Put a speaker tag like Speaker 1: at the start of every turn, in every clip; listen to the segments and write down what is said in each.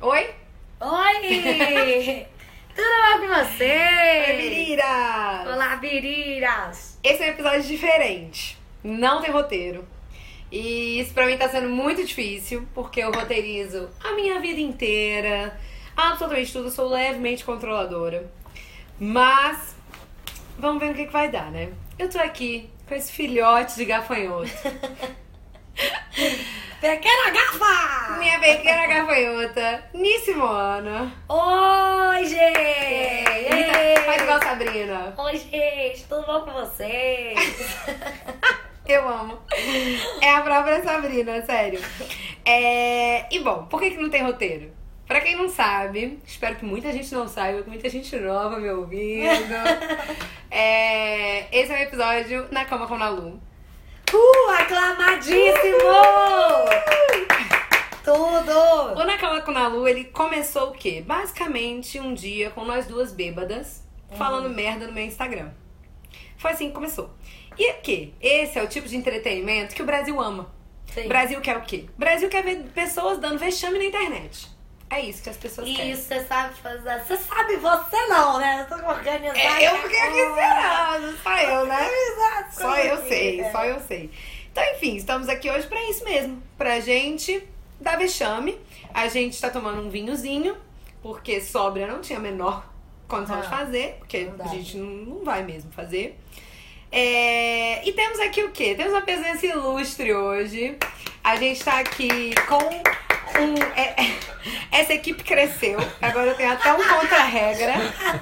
Speaker 1: Oi?
Speaker 2: Oi! Tudo bom com
Speaker 1: Oi,
Speaker 2: vocês?
Speaker 1: Birira!
Speaker 2: Olá, Biriras!
Speaker 1: É, Esse é um episódio diferente. Não tem roteiro. E isso pra mim tá sendo muito difícil, porque eu roteirizo a minha vida inteira, absolutamente tudo, eu sou levemente controladora. Mas vamos ver no que, que vai dar, né? Eu tô aqui com esse filhote de gafanhoto.
Speaker 2: Pequena Gafa!
Speaker 1: Minha pequena gafanhota, Nissimona.
Speaker 2: Oi, gente!
Speaker 1: É, Faz igual a Sabrina.
Speaker 2: Oi, gente! Tudo bom com vocês?
Speaker 1: Eu amo. É a própria Sabrina, sério. É, E bom, por que, que não tem roteiro? Pra quem não sabe, espero que muita gente não saiba, que muita gente nova me ouvindo. É, Esse é o episódio Na Cama com Nalu.
Speaker 2: Uh, aclamadíssimo! Tudo!
Speaker 1: O Na Cama com Nalu, ele começou o quê? Basicamente um dia com nós duas bêbadas falando merda no meu Instagram. Foi assim que começou. E o quê? Esse é o tipo de entretenimento que o Brasil ama.
Speaker 2: Sim.
Speaker 1: Brasil quer o quê? Brasil quer ver pessoas dando vexame na internet. É isso que as pessoas querem.
Speaker 2: Isso, você sabe fazer. Você sabe, você não, né? Eu tô organizada.
Speaker 1: É, eu fiquei aqui esperando, só eu, né?
Speaker 2: Organizada.
Speaker 1: Só eu sei,
Speaker 2: é.
Speaker 1: só eu sei. Então, enfim, estamos aqui hoje pra isso mesmo. Pra gente dar vexame. A gente tá tomando um vinhozinho, porque sobra não tinha a menor condição de
Speaker 2: Ah,
Speaker 1: fazer, porque
Speaker 2: não dá.
Speaker 1: a gente não, não vai mesmo fazer. É, e temos aqui o quê? Temos uma presença ilustre hoje. A gente tá aqui com um. é, é, essa equipe cresceu. Agora eu tenho até um contra-regra.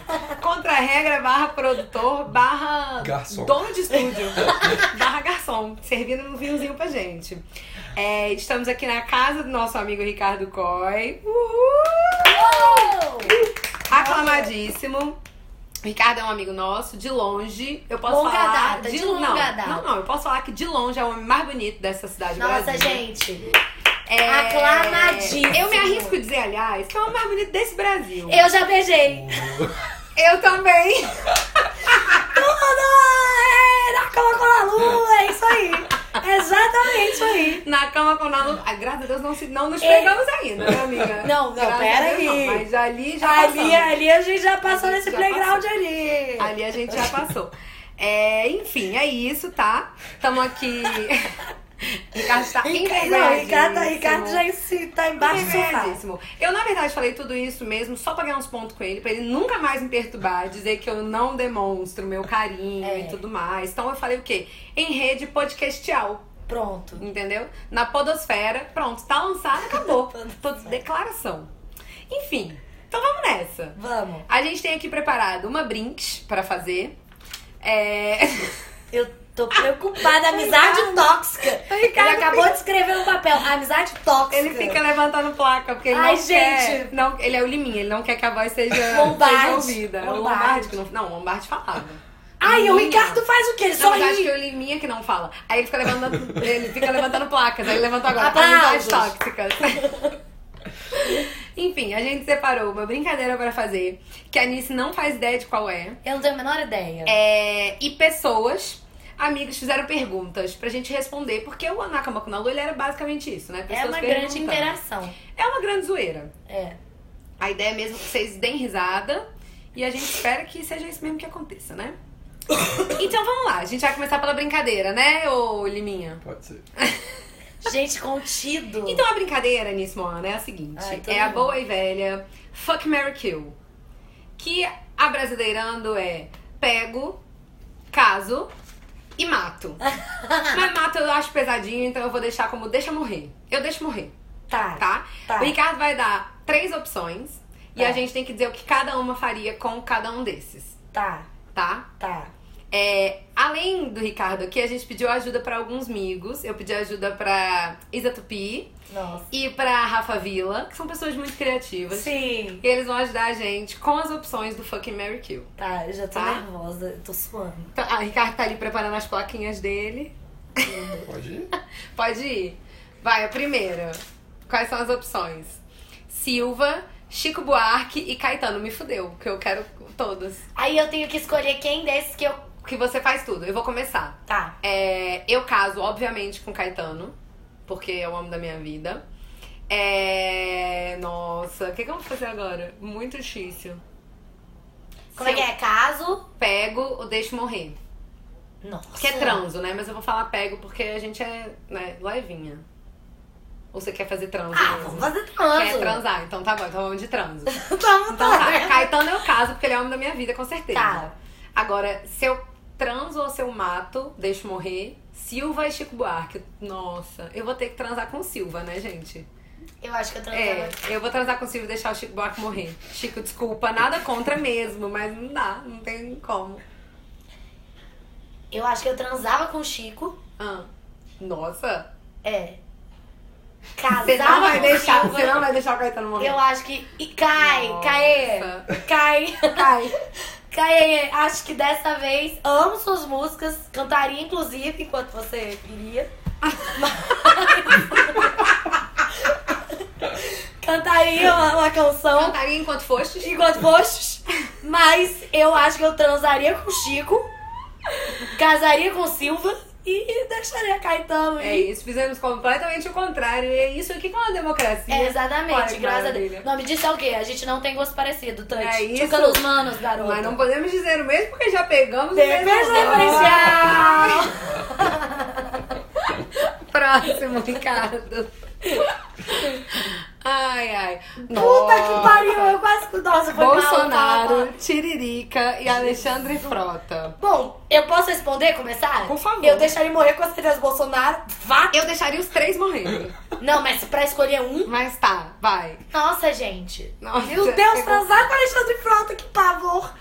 Speaker 1: É Contra-regra barra produtor barra
Speaker 3: Garçom.
Speaker 1: dono de estúdio. barra garçom. Servindo um vinhozinho pra gente. É, estamos aqui na casa do nosso amigo Ricardo Coy. Uhul!
Speaker 2: Oh!
Speaker 1: Aclamadíssimo. O Ricardo é um amigo nosso, de longe. Eu posso
Speaker 2: Longa
Speaker 1: falar.
Speaker 2: data,
Speaker 1: de,
Speaker 2: de longa
Speaker 1: não,
Speaker 2: data.
Speaker 1: Não, não, eu posso falar que de longe é o homem mais bonito dessa cidade
Speaker 2: Nossa,
Speaker 1: brasileira.
Speaker 2: gente!
Speaker 1: É,
Speaker 2: aclamadíssimo.
Speaker 1: Eu me arrisco a dizer, aliás, que é o homem mais bonito desse Brasil.
Speaker 2: Eu já beijei!
Speaker 1: Eu também.
Speaker 2: Tudo! É, na cama com a lua, é isso aí! Exatamente isso aí!
Speaker 1: Na cama com o Nalu. Ah, graças a Deus não, se, não nos
Speaker 2: Ei.
Speaker 1: pegamos ainda, né, amiga?
Speaker 2: É. Não, não,
Speaker 1: Graças a
Speaker 2: pera
Speaker 1: Deus,
Speaker 2: aí.
Speaker 1: não, Mas ali já
Speaker 2: Ali, é-
Speaker 1: passamos.
Speaker 2: ali a gente já passou
Speaker 1: A gente
Speaker 2: nesse
Speaker 1: já
Speaker 2: playground ali!
Speaker 1: Ali a gente já passou. É, enfim, é isso, tá? Estamos aqui. Ricardo tá
Speaker 2: Ricardo, não, Ricardo, Ricardo já em si, tá embaixo do sofá.
Speaker 1: Envergadíssimo. Eu, na verdade, falei tudo isso mesmo só pra ganhar uns pontos com ele, pra ele nunca mais me perturbar, dizer que eu não demonstro meu carinho
Speaker 2: É.
Speaker 1: e tudo mais. Então eu falei o quê? Em rede podcastial,
Speaker 2: Pronto.
Speaker 1: entendeu? Na podosfera, pronto, tá lançado, acabou. Tô declaração. Enfim, então vamos nessa.
Speaker 2: Vamos.
Speaker 1: A gente tem aqui preparado uma brinks pra fazer. É...
Speaker 2: Eu tô preocupada. Amizade tóxica. Ele
Speaker 1: Ricardo
Speaker 2: acabou de escrever no papel. Amizade tóxica.
Speaker 1: Ele fica levantando placa, porque ele
Speaker 2: Ai,
Speaker 1: não quer...
Speaker 2: gente.
Speaker 1: Não, ele é o Liminha, ele não quer que a voz seja,
Speaker 2: Lombardi.
Speaker 1: seja ouvida. É o
Speaker 2: Lombardi.
Speaker 1: Lombardi. que não, não, o Lombardi falava.
Speaker 2: Ai, o
Speaker 1: Liminha.
Speaker 2: Ricardo faz o quê? Ele
Speaker 1: Na
Speaker 2: só
Speaker 1: verdade, que
Speaker 2: ri.
Speaker 1: é o Liminha que não fala. Aí ele fica levantando, ele fica levantando placas. Aí ele levantou agora.
Speaker 2: Aplausos.
Speaker 1: Amizades tóxicas. Enfim, a gente separou uma brincadeira pra fazer, que a Nice não faz ideia de qual é.
Speaker 2: Eu não tenho a menor ideia.
Speaker 1: É, e pessoas, amigos, fizeram perguntas pra gente responder, porque o Anakama Kunalu, ele era basicamente isso, né?
Speaker 2: É
Speaker 1: Pessoas
Speaker 2: uma grande
Speaker 1: perguntando.
Speaker 2: interação.
Speaker 1: É uma grande zoeira.
Speaker 2: É.
Speaker 1: A ideia é mesmo que vocês deem risada e a gente espera que seja isso mesmo que aconteça, né? então vamos lá, a gente vai começar pela brincadeira, né, ô Liminha?
Speaker 3: Pode ser.
Speaker 2: Gente, contido.
Speaker 1: Então a brincadeira, Nismona, é a seguinte:
Speaker 2: Ai, tô
Speaker 1: é a
Speaker 2: nervosa.
Speaker 1: boa e velha Fuck Mary Kill. Que a brasileirando é pego, caso e mato. Mas mato eu acho pesadinho, então eu vou deixar como deixa morrer. Eu deixo morrer,
Speaker 2: tá.
Speaker 1: tá?
Speaker 2: Tá.
Speaker 1: O Ricardo vai dar três opções e
Speaker 2: Tá.
Speaker 1: a gente tem que dizer o que cada uma faria com cada um desses,
Speaker 2: Tá.
Speaker 1: tá?
Speaker 2: Tá.
Speaker 1: É, além do Ricardo aqui, a gente pediu ajuda pra alguns amigos. Eu pedi ajuda pra Isa Tupi
Speaker 2: Nossa.
Speaker 1: e pra Rafa Vila, que são pessoas muito criativas.
Speaker 2: Sim.
Speaker 1: E eles vão ajudar a gente com as opções do fucking Mary Kill.
Speaker 2: Tá, eu já tô
Speaker 1: Tá?
Speaker 2: nervosa. Eu tô suando.
Speaker 1: Então, ah, o Ricardo tá ali preparando as plaquinhas dele.
Speaker 3: Pode ir?
Speaker 1: Pode ir. Vai, a primeira. Quais são as opções? Silva, Chico Buarque e Caetano. Me fudeu, que eu quero todas.
Speaker 2: Aí eu tenho que escolher quem desses que eu.
Speaker 1: Que você faz tudo. Eu vou começar.
Speaker 2: Tá.
Speaker 1: É, eu caso, obviamente, com Caetano, porque é o homem da minha vida. É. Nossa, o que, que eu vou fazer agora? Muito difícil.
Speaker 2: Como é
Speaker 1: Se
Speaker 2: que é? Caso.
Speaker 1: eu Pego ou deixo morrer.
Speaker 2: Nossa.
Speaker 1: Que é transo, né? Mas eu vou falar pego porque a gente é, né, levinha. Ou você quer fazer transo?
Speaker 2: Ah,
Speaker 1: mesmo?
Speaker 2: vamos fazer
Speaker 1: Quer
Speaker 2: transo.
Speaker 1: transar? Então tá bom, então vamos de transo.
Speaker 2: Tamo
Speaker 1: Então tá,
Speaker 2: transo.
Speaker 1: Caetano é o caso, porque ele é o homem da minha vida, com certeza.
Speaker 2: Tá.
Speaker 1: Agora, se eu transo ou se eu mato, deixo morrer, Silva e Chico Buarque. Nossa, eu vou ter que transar com Silva, né, gente?
Speaker 2: Eu acho que eu transava.
Speaker 1: É, eu vou transar com Silva e deixar o Chico Buarque morrer. Chico, desculpa, nada contra mesmo, mas não dá, não tem como. É.
Speaker 2: Eu acho que eu transava com o Chico.
Speaker 1: Ah, nossa,
Speaker 2: É. Casava
Speaker 1: você não vai
Speaker 2: com
Speaker 1: deixar,
Speaker 2: Silva.
Speaker 1: você não vai deixar o Caetano morrer.
Speaker 2: Eu acho que. E cai,
Speaker 1: Nossa.
Speaker 2: Caê! Cai!
Speaker 1: Cai.
Speaker 2: Caê, acho que dessa vez amo suas músicas. Cantaria, inclusive, enquanto você queria. Mas- Cantaria uma, uma canção
Speaker 1: Cantaria enquanto fostes?
Speaker 2: enquanto postos. Mas eu acho que eu transaria com o Chico, casaria com o Silva e deixaria Caetano
Speaker 1: É
Speaker 2: aí.
Speaker 1: isso, fizemos completamente o contrário. É isso aqui que é uma democracia.
Speaker 2: É, exatamente,
Speaker 1: Olha que
Speaker 2: graças a Deus.
Speaker 1: maravilha.
Speaker 2: O nome disso é o quê? A gente não tem gosto parecido, Tante.
Speaker 1: É isso.
Speaker 2: Chuca nos manos, garoto.
Speaker 1: Mas não podemos dizer o mesmo porque já pegamos o
Speaker 2: Defesa
Speaker 1: mesmo.
Speaker 2: referencial!
Speaker 1: Próximo, Ricardo. Ai, ai.
Speaker 2: Puta que pariu, eu quase que. Nossa, foi mal, tava-
Speaker 1: Bolsonaro, Tiririca e Alexandre Frota.
Speaker 2: Bom, eu posso responder, começar?
Speaker 1: Por favor.
Speaker 2: Eu deixaria morrer com certeza Bolsonaro. Vá!
Speaker 1: Eu deixaria os três morrendo.
Speaker 2: Não, mas pra escolher um.
Speaker 1: Mas tá, vai.
Speaker 2: Nossa, gente.
Speaker 1: Nossa,
Speaker 2: Meu Deus,
Speaker 1: eu-
Speaker 2: transar com Alexandre Frota, que pavor!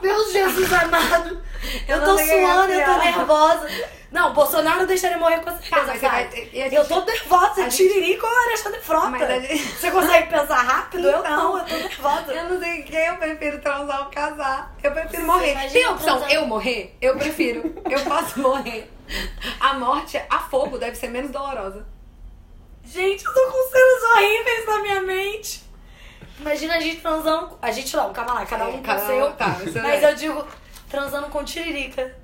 Speaker 2: Meu Jesus amado! Eu,
Speaker 1: Eu
Speaker 2: tô
Speaker 1: não sei ganhar
Speaker 2: suando, eu tô
Speaker 1: piada.
Speaker 2: nervosa. Não, Bolsonaro eu deixaria morrer com certeza,
Speaker 1: Tá, mas você
Speaker 2: vai.
Speaker 1: vai- e a gente-
Speaker 2: Eu tô nervosa, é
Speaker 1: a gente-
Speaker 2: tiririca ou Alexandre Frota.
Speaker 1: Mas a gente-
Speaker 2: Você consegue pensar rápido? Eu
Speaker 1: Não.
Speaker 2: não, eu tô nervosa.
Speaker 1: Eu não sei quem eu prefiro transar ou casar. Eu prefiro
Speaker 2: Você
Speaker 1: morrer.
Speaker 2: imagina
Speaker 1: Tem a opção
Speaker 2: transar-
Speaker 1: eu morrer? Eu prefiro. Eu posso morrer. A morte a fogo deve ser menos dolorosa.
Speaker 2: Gente, eu tô com cenas horríveis na minha mente. Imagina a gente transando. A gente não, calma lá, cada um com
Speaker 1: Cada-
Speaker 2: seu.
Speaker 1: tá, isso
Speaker 2: Mas
Speaker 1: é.
Speaker 2: eu digo, transando com tiririca.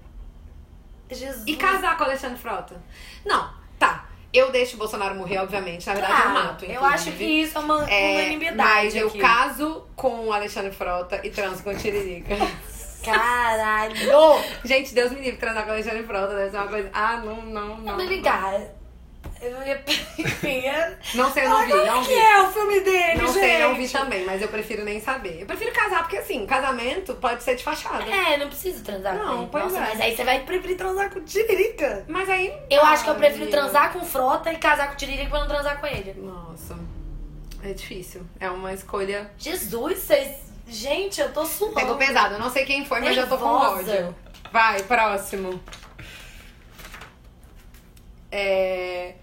Speaker 2: Jesus.
Speaker 1: E casar com o Alexandre Frota? Não, tá. Eu deixo o Bolsonaro morrer, obviamente. Na verdade, eu
Speaker 2: Claro,
Speaker 1: mato.
Speaker 2: Ah, Tá. Eu acho que
Speaker 1: inclusive.
Speaker 2: isso é uma
Speaker 1: É,
Speaker 2: unanimidade.
Speaker 1: mas eu
Speaker 2: aqui.
Speaker 1: caso com o Alexandre Frota e transo com o Tiririca.
Speaker 2: Caralho!
Speaker 1: Gente, Deus me livre, transar com o Alexandre Frota deve ser uma coisa. Ah, não, não, não.
Speaker 2: Não me ligar. Eu ia. Enfim, é.
Speaker 1: Não sei, eu não vi,
Speaker 2: Como
Speaker 1: não
Speaker 2: é
Speaker 1: vi.
Speaker 2: que é o filme dele,
Speaker 1: Não
Speaker 2: gente?
Speaker 1: sei, não vi também, mas eu prefiro nem saber. Eu prefiro casar, porque assim, casamento pode ser de fachada.
Speaker 2: É, não preciso transar
Speaker 1: Não,
Speaker 2: com ele.
Speaker 1: pois
Speaker 2: Nossa,
Speaker 1: é.
Speaker 2: mas aí você vai preferir transar com tiririca.
Speaker 1: Mas aí.
Speaker 2: Eu acho que eu
Speaker 1: Ah,
Speaker 2: prefiro
Speaker 1: menina.
Speaker 2: transar com frota e casar com tiririca pra não transar com ele.
Speaker 1: Nossa, é difícil. É uma escolha.
Speaker 2: Jesus, vocês. Gente, eu tô suando.
Speaker 1: Pegou pesado. Eu não sei quem foi, mas eu tô com
Speaker 2: Nervosa.
Speaker 1: ódio. Vai, próximo. É.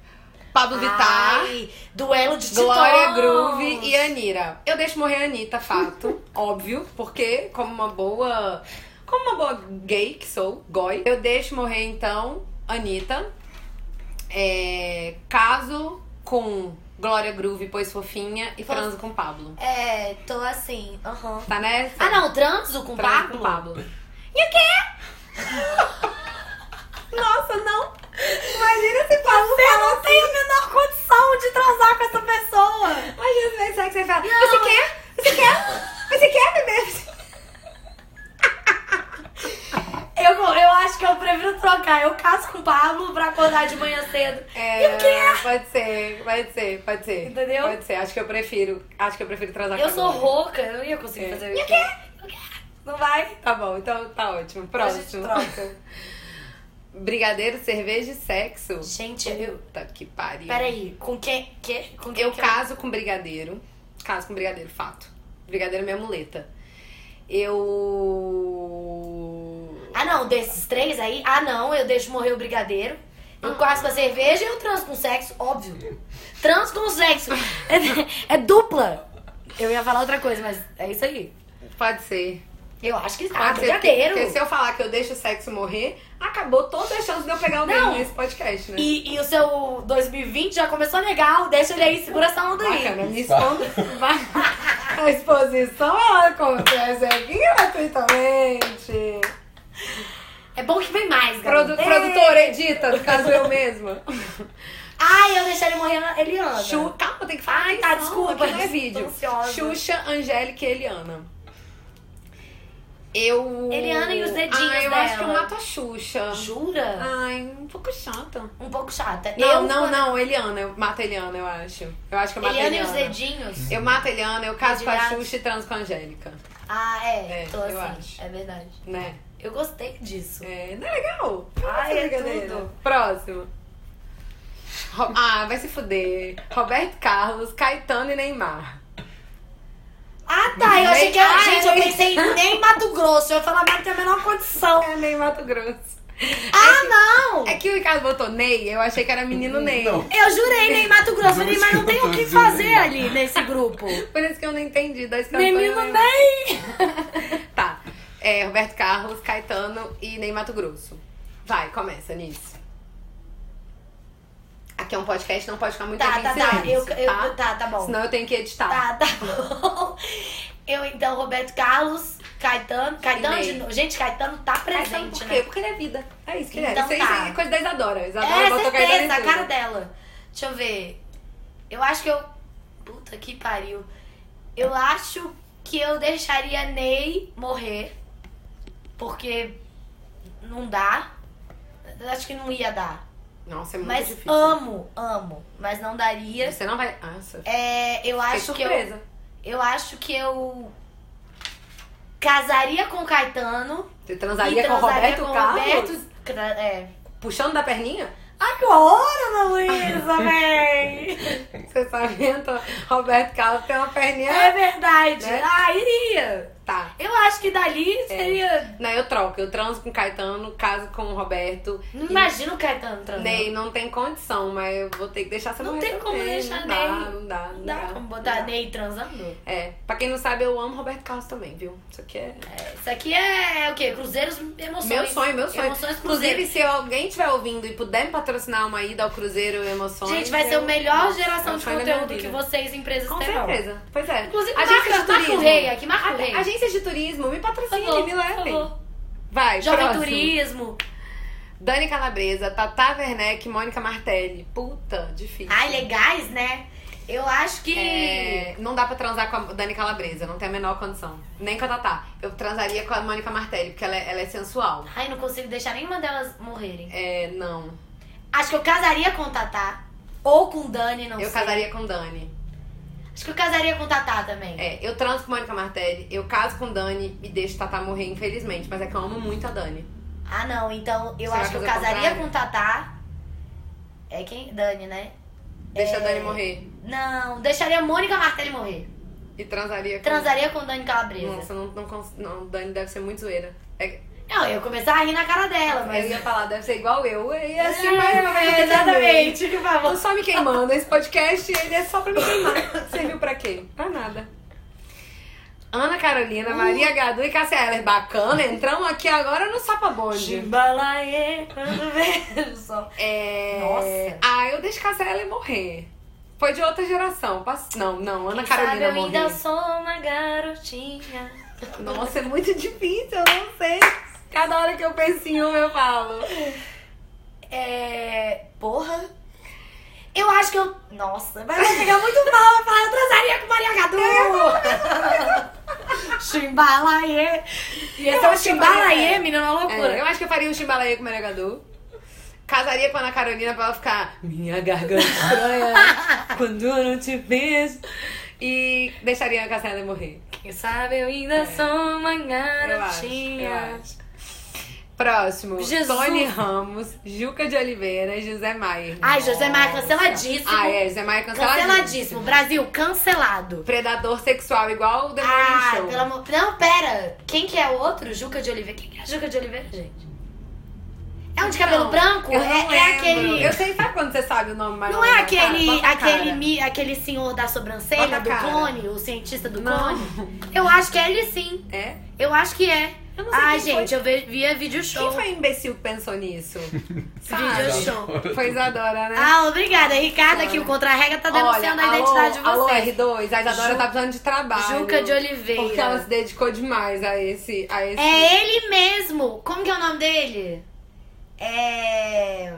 Speaker 1: Pablo Vittar.
Speaker 2: Ai, duelo de titãs.
Speaker 1: Glória Groove e Anira. Eu deixo morrer a Anitta, fato. óbvio, porque como uma boa. Como uma boa gay que sou, goi, eu deixo morrer então Anitta. É, caso com Glória Groove, pois fofinha, e
Speaker 2: Fofo-
Speaker 1: transo com Pablo.
Speaker 2: É, tô assim, aham.
Speaker 1: Tá nessa?
Speaker 2: Ah, não, transo com
Speaker 1: Transo
Speaker 2: Pablo?
Speaker 1: com Pablo. E o quê? Nossa, não! Imagina se Pablo
Speaker 2: Eu não tenho a menor condição de transar com essa pessoa.
Speaker 1: Imagina se vai sair que você fala,
Speaker 2: Não.
Speaker 1: você quer? Você quer? Você quer beber?
Speaker 2: Eu, eu acho que eu prefiro trocar. Eu caso com o Pablo pra acordar de manhã cedo.
Speaker 1: É,
Speaker 2: E o quê?
Speaker 1: Pode ser, pode ser, pode ser.
Speaker 2: Entendeu?
Speaker 1: Pode ser, acho que eu prefiro. Acho que eu prefiro transar
Speaker 2: Eu
Speaker 1: com a
Speaker 2: sou
Speaker 1: Glória.
Speaker 2: rouca, eu não ia conseguir
Speaker 1: É.
Speaker 2: fazer isso. E o quê? O quê? Não vai?
Speaker 1: Tá bom, então tá ótimo.
Speaker 2: A gente
Speaker 1: Próximo.
Speaker 2: troca.
Speaker 1: Brigadeiro, cerveja e sexo.
Speaker 2: Gente, eu...
Speaker 1: Puta que pariu.
Speaker 2: Peraí, com quem? Que? Com quem?
Speaker 1: Eu
Speaker 2: que
Speaker 1: caso com brigadeiro. Caso com brigadeiro, fato. Brigadeiro é minha muleta. Eu.
Speaker 2: Ah, não, desses três aí, ah, não, eu deixo morrer o brigadeiro.
Speaker 1: Ah.
Speaker 2: Eu quase com a cerveja e eu trans com sexo, óbvio. Trans com sexo. É, é dupla. Eu ia falar outra coisa, mas é isso aí.
Speaker 1: Pode ser.
Speaker 2: Eu acho que tá,
Speaker 1: Pode ser.
Speaker 2: brigadeiro.
Speaker 1: Porque se eu falar Ah, que eu deixo o sexo morrer, acabou toda a chance de eu pegar o
Speaker 2: Não.
Speaker 1: menino nesse podcast, né?
Speaker 2: E, e o seu 2020 já começou legal, deixa ele aí, segura essa onda aí.
Speaker 1: Bacana, me expondo. A exposição ela acontece aqui gratuitamente.
Speaker 2: É bom que vem mais,
Speaker 1: Produ
Speaker 2: galera.
Speaker 1: Produtora edita, no caso eu mesma.
Speaker 2: Ai, eu deixaria morrer na Eliana.
Speaker 1: Chu... Calma, tem que falar.
Speaker 2: Ai, tá,
Speaker 1: atenção,
Speaker 2: desculpa,
Speaker 1: aqui não é
Speaker 2: tô
Speaker 1: vídeo.
Speaker 2: ansiosa.
Speaker 1: Xuxa, Angélica e Eliana. Eu.
Speaker 2: Eliana e os dedinhos
Speaker 1: Ai, eu acho que eu
Speaker 2: dela.
Speaker 1: mato a Xuxa.
Speaker 2: Jura?
Speaker 1: Ai, um pouco chata.
Speaker 2: Um pouco chata.
Speaker 1: Não,
Speaker 2: eu,
Speaker 1: não,
Speaker 2: quando-
Speaker 1: não, Eliana. Eu mato a Eliana, eu acho. Eu acho que eu mato
Speaker 2: Eliana
Speaker 1: a
Speaker 2: e os
Speaker 1: Eliana.
Speaker 2: dedinhos.
Speaker 1: Eu mato a Eliana, eu caso com a
Speaker 2: Dedilhados.
Speaker 1: Xuxa e transo com a Angélica.
Speaker 2: Ah, é.
Speaker 1: É,
Speaker 2: tô
Speaker 1: eu
Speaker 2: assim.
Speaker 1: acho.
Speaker 2: É verdade.
Speaker 1: Né?
Speaker 2: Eu gostei disso.
Speaker 1: É, não é legal? Eu
Speaker 2: Ai,
Speaker 1: gosto
Speaker 2: é
Speaker 1: dessa brincadeira.
Speaker 2: tudo.
Speaker 1: Próximo. Ro- Ah, vai se fuder. Roberto Carlos, Caetano e Neymar.
Speaker 2: Ah, tá. Eu achei que era.
Speaker 1: Ai,
Speaker 2: gente, eu
Speaker 1: ai.
Speaker 2: pensei em nem Mato Grosso. Eu ia falar, mas tem a menor condição.
Speaker 1: É Ney Mato Grosso.
Speaker 2: Ah, não!
Speaker 1: É que o Ricardo botou Ney, eu achei que era menino Ney.
Speaker 3: Não.
Speaker 2: Eu jurei nem Mato Grosso,
Speaker 3: Não,
Speaker 2: nem, mas não
Speaker 3: eu
Speaker 2: tem
Speaker 3: tô
Speaker 2: o que
Speaker 3: jurando.
Speaker 2: fazer ali nesse grupo.
Speaker 1: Por isso que eu não né? entendi. Dois cantores.
Speaker 2: Menino bem!
Speaker 1: Tá. É, Roberto Carlos, Caetano e Ney Mato Grosso. Vai, começa nisso. Aqui é um podcast, não pode ficar muito
Speaker 2: Tá,
Speaker 1: tempo em
Speaker 2: tá, tá. Eu,
Speaker 1: silêncio,
Speaker 2: eu, tá, tá bom.
Speaker 1: Senão eu tenho que editar.
Speaker 2: Tá, tá bom. Eu então, Roberto Carlos, Caetano. Caetano de
Speaker 1: Ney.
Speaker 2: novo. Gente, Caetano tá
Speaker 1: Mas sabe
Speaker 2: presente,
Speaker 1: por quê?
Speaker 2: né?
Speaker 1: Porque ele é vida. É isso que ele é.
Speaker 2: Então
Speaker 1: Isso aí
Speaker 2: tá.
Speaker 1: isso aí é coisa da Isadora. Isadora
Speaker 2: É,
Speaker 1: botou Caetano em
Speaker 2: certeza, a
Speaker 1: tudo.
Speaker 2: cara dela. Deixa eu ver. Eu acho que eu. Puta que pariu. Eu acho que eu deixaria Ney morrer. Porque não dá. Eu acho que não ia dar.
Speaker 1: Nossa, é muito
Speaker 2: Mas
Speaker 1: difícil.
Speaker 2: amo, amo. Mas não daria.
Speaker 1: Você não vai... Nossa, fiquei
Speaker 2: É, eu acho que eu.
Speaker 1: surpresa.
Speaker 2: Eu acho que eu casaria com o Caetano.
Speaker 1: Você
Speaker 2: e
Speaker 1: transaria com o
Speaker 2: transaria
Speaker 1: Roberto
Speaker 2: com o
Speaker 1: Carlos?
Speaker 2: Roberto. Cra- É.
Speaker 1: Puxando da perninha?
Speaker 2: Ai, que horror, Ana Luísa, véi!
Speaker 1: Você sabe, então, Roberto Carlos tem uma perninha...
Speaker 2: É verdade.
Speaker 1: Né? É.
Speaker 2: Ah, iria.
Speaker 1: Tá.
Speaker 2: Eu acho que dali seria...
Speaker 1: Não, eu troco. Eu transo com Caetano, caso com o Roberto.
Speaker 2: Não imagino o Caetano transando.
Speaker 1: Ney, não tem condição, mas eu vou ter que deixar você
Speaker 2: Não
Speaker 1: morrer
Speaker 2: tem como
Speaker 1: também.
Speaker 2: deixar
Speaker 1: não dá,
Speaker 2: Ney.
Speaker 1: Não dá,
Speaker 2: Não
Speaker 1: não
Speaker 2: dá como botar
Speaker 1: não dá.
Speaker 2: Ney transando?
Speaker 1: É, pra quem não sabe, eu amo Roberto Carlos também, viu? Isso aqui é...
Speaker 2: É, Isso aqui é o quê? Cruzeiros, emoções.
Speaker 1: Meu sonho, meu sonho.
Speaker 2: Emoções, cruzeiros.
Speaker 1: Inclusive, se alguém estiver ouvindo e puder me patrocinar uma ida ao Cruzeiro Emoções.
Speaker 2: Gente, vai ser
Speaker 1: eu-
Speaker 2: a melhor
Speaker 1: é
Speaker 2: geração
Speaker 1: o
Speaker 2: de
Speaker 1: sonho da minha
Speaker 2: conteúdo que
Speaker 1: vida.
Speaker 2: vocês, empresas,
Speaker 1: Com
Speaker 2: terão.
Speaker 1: certeza. Pois é.
Speaker 2: Inclusive,
Speaker 1: Agência
Speaker 2: marca-
Speaker 1: de
Speaker 2: marca o
Speaker 1: turismo.
Speaker 2: rei aqui, marca o
Speaker 1: A-
Speaker 2: rei.
Speaker 1: Agência
Speaker 2: Tá
Speaker 1: de turismo, me
Speaker 2: Por
Speaker 1: patrocine,
Speaker 2: favor,
Speaker 1: me
Speaker 2: por
Speaker 1: levem.
Speaker 2: favor.
Speaker 1: Vai,
Speaker 2: Jovem
Speaker 1: próximo.
Speaker 2: Turismo.
Speaker 1: Dani Calabresa, Tata Werneck, Mônica Martelli. Puta, difícil.
Speaker 2: Ai, legais, né? Eu acho que.
Speaker 1: É, não dá pra transar com a Dani Calabresa, não tem a menor condição. Nem com a Tatá. Eu transaria com a Mônica Martelli, porque ela é, ela é sensual.
Speaker 2: Ai, não consigo deixar nenhuma delas morrerem.
Speaker 1: É, não.
Speaker 2: Acho que eu casaria com Tatá. Ou com Dani, não
Speaker 1: eu
Speaker 2: sei.
Speaker 1: casaria com Dani.
Speaker 2: Acho que eu casaria com Tatá também.
Speaker 1: É, eu transo com Mônica Martelli, eu caso com Dani e deixo Tatá morrer, infelizmente. Mas é que eu amo muito a Dani.
Speaker 2: Ah, não. Então eu
Speaker 1: Você
Speaker 2: acho que
Speaker 1: vai
Speaker 2: eu
Speaker 1: fazer o
Speaker 2: casaria
Speaker 1: contrário?
Speaker 2: com Tatá. É quem? Dani, né?
Speaker 1: Deixa
Speaker 2: É.
Speaker 1: a Dani morrer.
Speaker 2: Não, deixaria Mônica Martelli morrer.
Speaker 1: E transaria com.
Speaker 2: Transaria com Dani Calabresa.
Speaker 1: Nossa, não, não, cons- não, Dani deve ser muito zoeira. É,
Speaker 2: Não, eu ia começar a rir na cara dela, mas.
Speaker 1: eu ia falar, deve ser igual eu. E assim,
Speaker 2: É,
Speaker 1: mais uma vez. eu também.
Speaker 2: Exatamente, por favor.
Speaker 1: Tô só me queimando. Esse podcast ele é só pra me queimar. Serviu pra quê? Pra nada. Ana Carolina,
Speaker 2: Hum.
Speaker 1: Maria Gadu e Cássia Heller. Bacana, entramos aqui agora no Sapa Bonde.
Speaker 2: Chimbalaê, quando vejo só.
Speaker 1: É...
Speaker 2: Nossa.
Speaker 1: Ah, eu deixo Cássia Heller morrer. Foi de outra geração. Pass- Não, não, Ana
Speaker 2: Quem sabe
Speaker 1: Carolina
Speaker 2: eu
Speaker 1: morrer.
Speaker 2: ainda sou uma garotinha.
Speaker 1: Nossa, é muito difícil, eu não sei. Cada hora que eu penso em um, eu falo.
Speaker 2: É. Porra. Eu acho que eu. Nossa, mas vai pegar muito mal. Vai falar, eu transaria com Maria Gadu. Chimbalaê. E esse é o
Speaker 1: acho que eu faria-
Speaker 2: Chimbalaê, menina, uma
Speaker 1: É,
Speaker 2: loucura.
Speaker 1: eu acho que eu faria um chimbalaê com o Maria Gadu. Casaria com a Ana Carolina pra ela ficar minha garganta estranha quando eu não te penso. E deixaria a Cassiela morrer.
Speaker 2: Quem sabe eu ainda sou uma
Speaker 1: É. Eu acho, eu acho. Próximo,
Speaker 2: Jesus.
Speaker 1: Tony Ramos, Juca de Oliveira e José Maier.
Speaker 2: Ai, José Maia,
Speaker 1: Nossa.
Speaker 2: canceladíssimo.
Speaker 1: Ah, é, José Maia canceladíssimo.
Speaker 2: Canceladíssimo. Brasil, cancelado.
Speaker 1: Predador sexual igual o The Morning
Speaker 2: Ah,
Speaker 1: Show.
Speaker 2: pelo amor. Não, pera. Quem que é o outro? Juca de Oliveira. Quem que é a Juca de Oliveira, gente? É um de cabelo
Speaker 1: Não,
Speaker 2: branco?
Speaker 1: Então, eu
Speaker 2: É,
Speaker 1: não
Speaker 2: é
Speaker 1: lembro.
Speaker 2: aquele.
Speaker 1: Eu sei, sabe quando você sabe o nome, mas
Speaker 2: Não é
Speaker 1: lembro, cara?
Speaker 2: aquele,
Speaker 1: Bota a cara.
Speaker 2: aquele, mi- aquele senhor da sobrancelha,
Speaker 1: Bota a
Speaker 2: do
Speaker 1: cara.
Speaker 2: clone, o cientista do
Speaker 1: Não.
Speaker 2: clone? Eu acho que é ele sim.
Speaker 1: É?
Speaker 2: Eu acho que é.
Speaker 1: Eu não sei
Speaker 2: Ah,
Speaker 1: quem foi.
Speaker 2: gente, eu ve- via vídeo show.
Speaker 1: Quem foi imbecil que pensou nisso?
Speaker 2: Vídeo show.
Speaker 1: Foi Isadora, né?
Speaker 2: Ah, obrigada. Ricardo aqui, o contra-rega, tá denunciando a identidade de
Speaker 1: alô,
Speaker 2: vocês.
Speaker 1: alô, R2, a Isadora
Speaker 2: Ju-
Speaker 1: tá precisando de trabalho.
Speaker 2: Juca de Oliveira.
Speaker 1: Porque ela se dedicou demais a esse... A esse...
Speaker 2: É ele mesmo. Como que é o nome dele? É.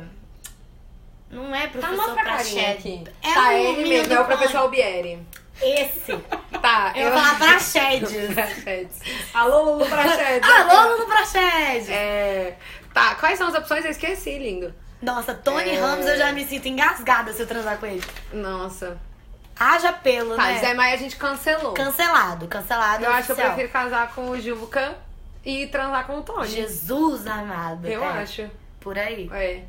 Speaker 2: Não é
Speaker 3: Tá
Speaker 2: professor
Speaker 3: mostra pra carinha
Speaker 2: Prached.
Speaker 3: aqui.
Speaker 2: É
Speaker 1: tá,
Speaker 2: um
Speaker 1: ele
Speaker 2: menino
Speaker 1: mesmo, é o
Speaker 2: do
Speaker 1: professor Albieri.
Speaker 2: Pan. Esse.
Speaker 1: Tá,
Speaker 2: Eu vou falar Prached.
Speaker 1: Prachedes. Alô, Lulu Prachedes.
Speaker 2: Alô, Lulu Prached.
Speaker 1: É... Tá, quais são as opções? Eu esqueci, lindo.
Speaker 2: Nossa, Tony
Speaker 1: É.
Speaker 2: Ramos, eu já me sinto engasgada se eu transar com ele.
Speaker 1: Nossa.
Speaker 2: Haja pelo,
Speaker 1: Tá,
Speaker 2: né?
Speaker 1: Zé Maia a gente cancelou.
Speaker 2: Cancelado, cancelado.
Speaker 1: é. Eu acho que eu
Speaker 2: oficial.
Speaker 1: prefiro casar com o Juca e transar com o Tony.
Speaker 2: Jesus amado.
Speaker 1: Eu
Speaker 2: é.
Speaker 1: acho.
Speaker 2: Por aí.
Speaker 1: É.